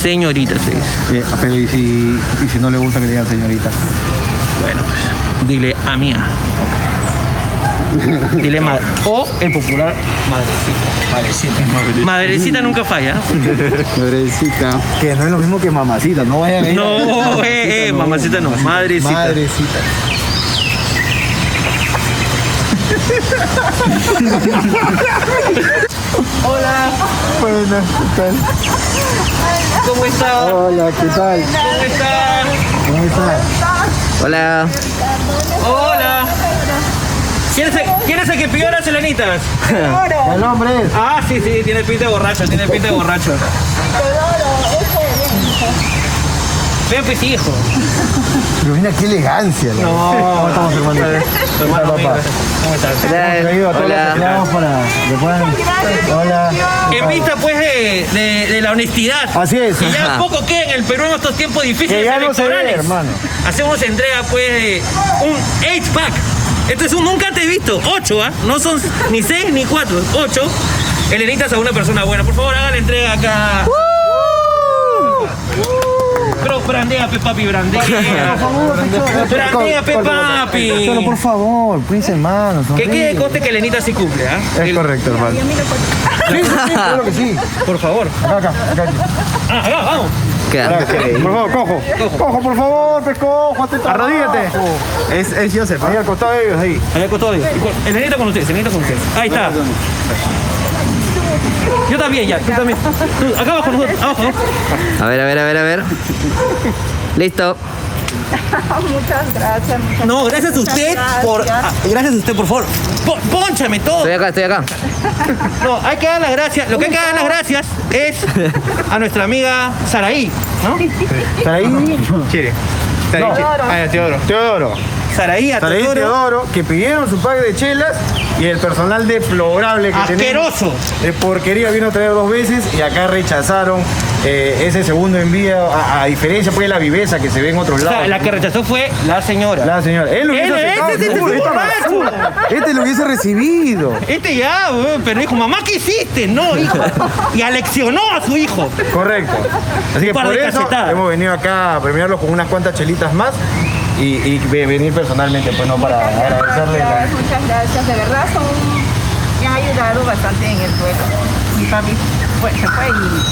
S4: Señorita, se dice.
S3: pero y si, y si no le gusta que le digan señorita.
S4: Bueno, pues dile a mía. Dile madre. O el popular madrecita. Madrecita. Madrecita nunca falla.
S3: Madrecita. Que no es lo mismo que mamacita, no vaya a venir.
S4: No, eh, eh, mamacita no, madrecita.
S3: Madrecita.
S4: Hola.
S3: Buenas, ¿qué tal?
S4: ¿Cómo está?
S3: Hola, ¿qué tal?
S4: ¿Cómo está?
S3: ¿Cómo está?
S12: Hola.
S4: Hola. ¿Quién es, el, quién es el que pidió las helenitas?
S3: El hombre es.
S4: Ah, sí, sí, tiene pinta de borracho, tiene pinta de borracho. Ven, pues, hijo.
S3: Pero mira qué elegancia. ¿no?
S4: No.
S3: ¿Cómo estamos, hermano?
S4: Tu hermano,
S3: Hola, papá.
S4: ¿Cómo estás?
S3: Hemos traído a todos los que tenemos para que puedan- Hola.
S4: En vista pues de, de- de la honestidad.
S3: Así es.
S4: Que Pues, ya
S3: *laughs* Ajá.
S4: poco queda en el Perú en estos tiempos difíciles
S3: Que ya no se ve,
S4: electorales.
S3: hermano.
S4: Hacemos entrega pues de un 8 pack. Este es un nunca te he visto. 8, ¿ah? No son ni 6 ni 4, 8. Helenitas a una persona buena. Por favor, hagan la entrega acá. Pero brandea, pe papi,
S3: *laughs*
S4: brandea. Brandea, pe papi.
S3: Solo por favor, cuídense hermano.
S4: Que
S3: sonríe.
S4: quede coste que Helenita sí cumple, ¿ah?
S3: Es correcto, *laughs* hermano. Sí, sí, sí, claro que sí.
S4: Por favor.
S3: Acá, acá, acá.
S4: Ah, acá, vamos.
S3: Acá, Por favor, cojo. Cojo, por favor, pe, cojo. Arrodíllate.
S4: Es, es Joseph.
S3: Ahí al costado de ellos, ahí.
S4: Ahí al costado de ellos. El nenito con ustedes, el nenito con ustedes. Ahí está. Yo también, ya. Tú también. Tú, acá abajo nosotros. Abajo. abajo.
S12: A ver, a ver, a ver, a ver. Listo.
S16: Muchas gracias. muchas
S4: No, gracias a usted
S16: gracias.
S4: por. ah, gracias a usted, por favor. Po- ¡Pónchame todo! Estoy
S12: acá, estoy acá.
S4: No, hay que dar las gracias. Lo que hay que dar las gracias es a nuestra amiga Saraí, ¿no?
S3: Saraí. Chile.
S4: Saraí, Chile.
S3: Ah, Teodoro. Teodoro.
S4: Saraí, a
S3: Saraí
S4: Teodoro.
S3: Teodoro, que pidieron su pack de chelas y el personal deplorable que tenemos.
S4: Asqueroso.
S3: De Eh, porquería vino a traer dos veces y acá rechazaron eh, ese segundo envío, a, a diferencia pues de la viveza que se ve en otros
S4: O sea,
S3: lados.
S4: la que rechazó fue la señora.
S3: La señora. Él lo hubiese
S4: Él-
S3: aceptado.
S4: este- este es un
S3: Uy, esta-
S4: borracho.
S3: Este lo hubiese recibido.
S4: Este ya, weón, pero dijo, mamá, ¿qué hiciste? No, hijo. Y aleccionó a su hijo.
S3: Correcto. Así que
S4: Un par
S3: por
S4: de
S3: eso
S4: cachetadas.
S3: hemos venido acá a premiarlos con unas cuantas chelitas más y, y ve- venir personalmente, pues no para agradecerle. la-
S16: gracias, muchas gracias. De verdad son me han ayudado bastante en el pueblo. Mi papi pues, se fue y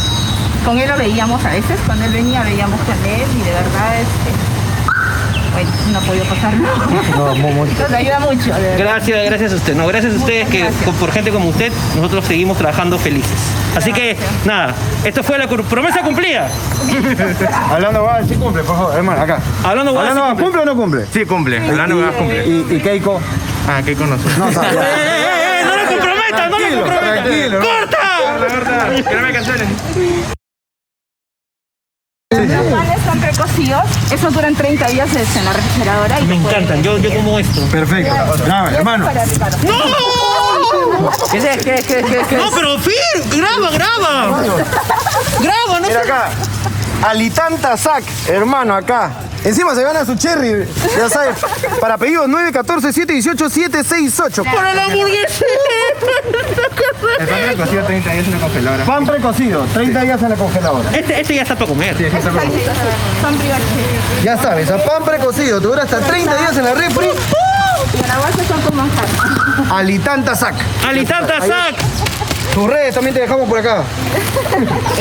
S16: con él lo veíamos a veces, cuando él venía veíamos con él y de verdad este bueno, no podido pasar, no.
S1: No, muy, muy.
S16: *laughs* Nos ayuda mucho, de verdad.
S1: Gracias, gracias a usted. No, gracias a ustedes que con- por gente como usted, nosotros seguimos trabajando felices. Así que, nada, esto fue la cor- promesa cumplida.
S3: *laughs* Hablando va, sí cumple, por favor, hermano, acá.
S1: Hablando
S3: va,
S1: huevadas, sí
S3: ¿cumple. o no cumple?
S9: Sí, cumple.
S3: Hablando va, cumple. ¿Y, y Keiko?
S9: Ah, Keiko no. *laughs*
S3: No, sabe.
S1: Eh, ¡No lo comprometan! ¡No lo
S3: Tranquilo,
S1: comprometan!
S3: tranquilo.
S1: ¡Corta!
S9: Que no me cancelen.
S16: Los panes son precocidos, esos duran 30 días es en la refrigeradora y
S1: Me encantan, yo, yo como esto.
S3: Perfecto. Dame, hermano.
S1: ¡No!
S16: ¿Qué es? ¿Qué es? ¿Qué es? ¿Qué es? ¿Qué es?
S1: No, Ah, pero Fir, graba, graba. Graba, no
S3: Mira
S1: sé-
S3: acá. Alitanta Sac, hermano, acá. Encima se gana su cherry, ya sabes, para pedidos 914-718-768.
S1: ¡Para la hamburguesa!
S3: El pan precocido 30 días en la congeladora. Pan precocido, 30 días en la congeladora.
S1: Este, este ya está para comer.
S16: Son privativos.
S3: Ya sabes, a pan precocido te dura hasta 30 días en la refri.
S16: Y en la bolsa son como
S3: Alitanta Sac.
S1: Alitanta Sac.
S3: Tus redes también te dejamos por acá.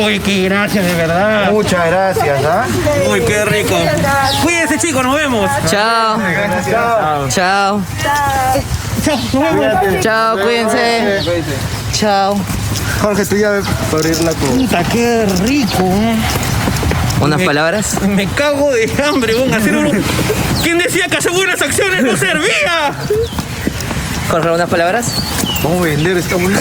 S1: Uy, qué gracias, de verdad.
S3: Muchas gracias, ¿ah?
S1: Uy, qué rico. Cuídense, chicos, nos vemos.
S12: Chao. Chao. Chao. Chao, cuídense. Chao.
S3: Jorge, tú ya para abrir la cuba.
S1: Puta, qué rico, ¿eh?
S12: ¿Unas palabras?
S1: Me cago de hambre, weón. Hacer *laughs* un... ¿Quién decía que hacer buenas acciones no servía?
S12: Jorge, ¿unas palabras?
S3: Vamos a vender, estamos.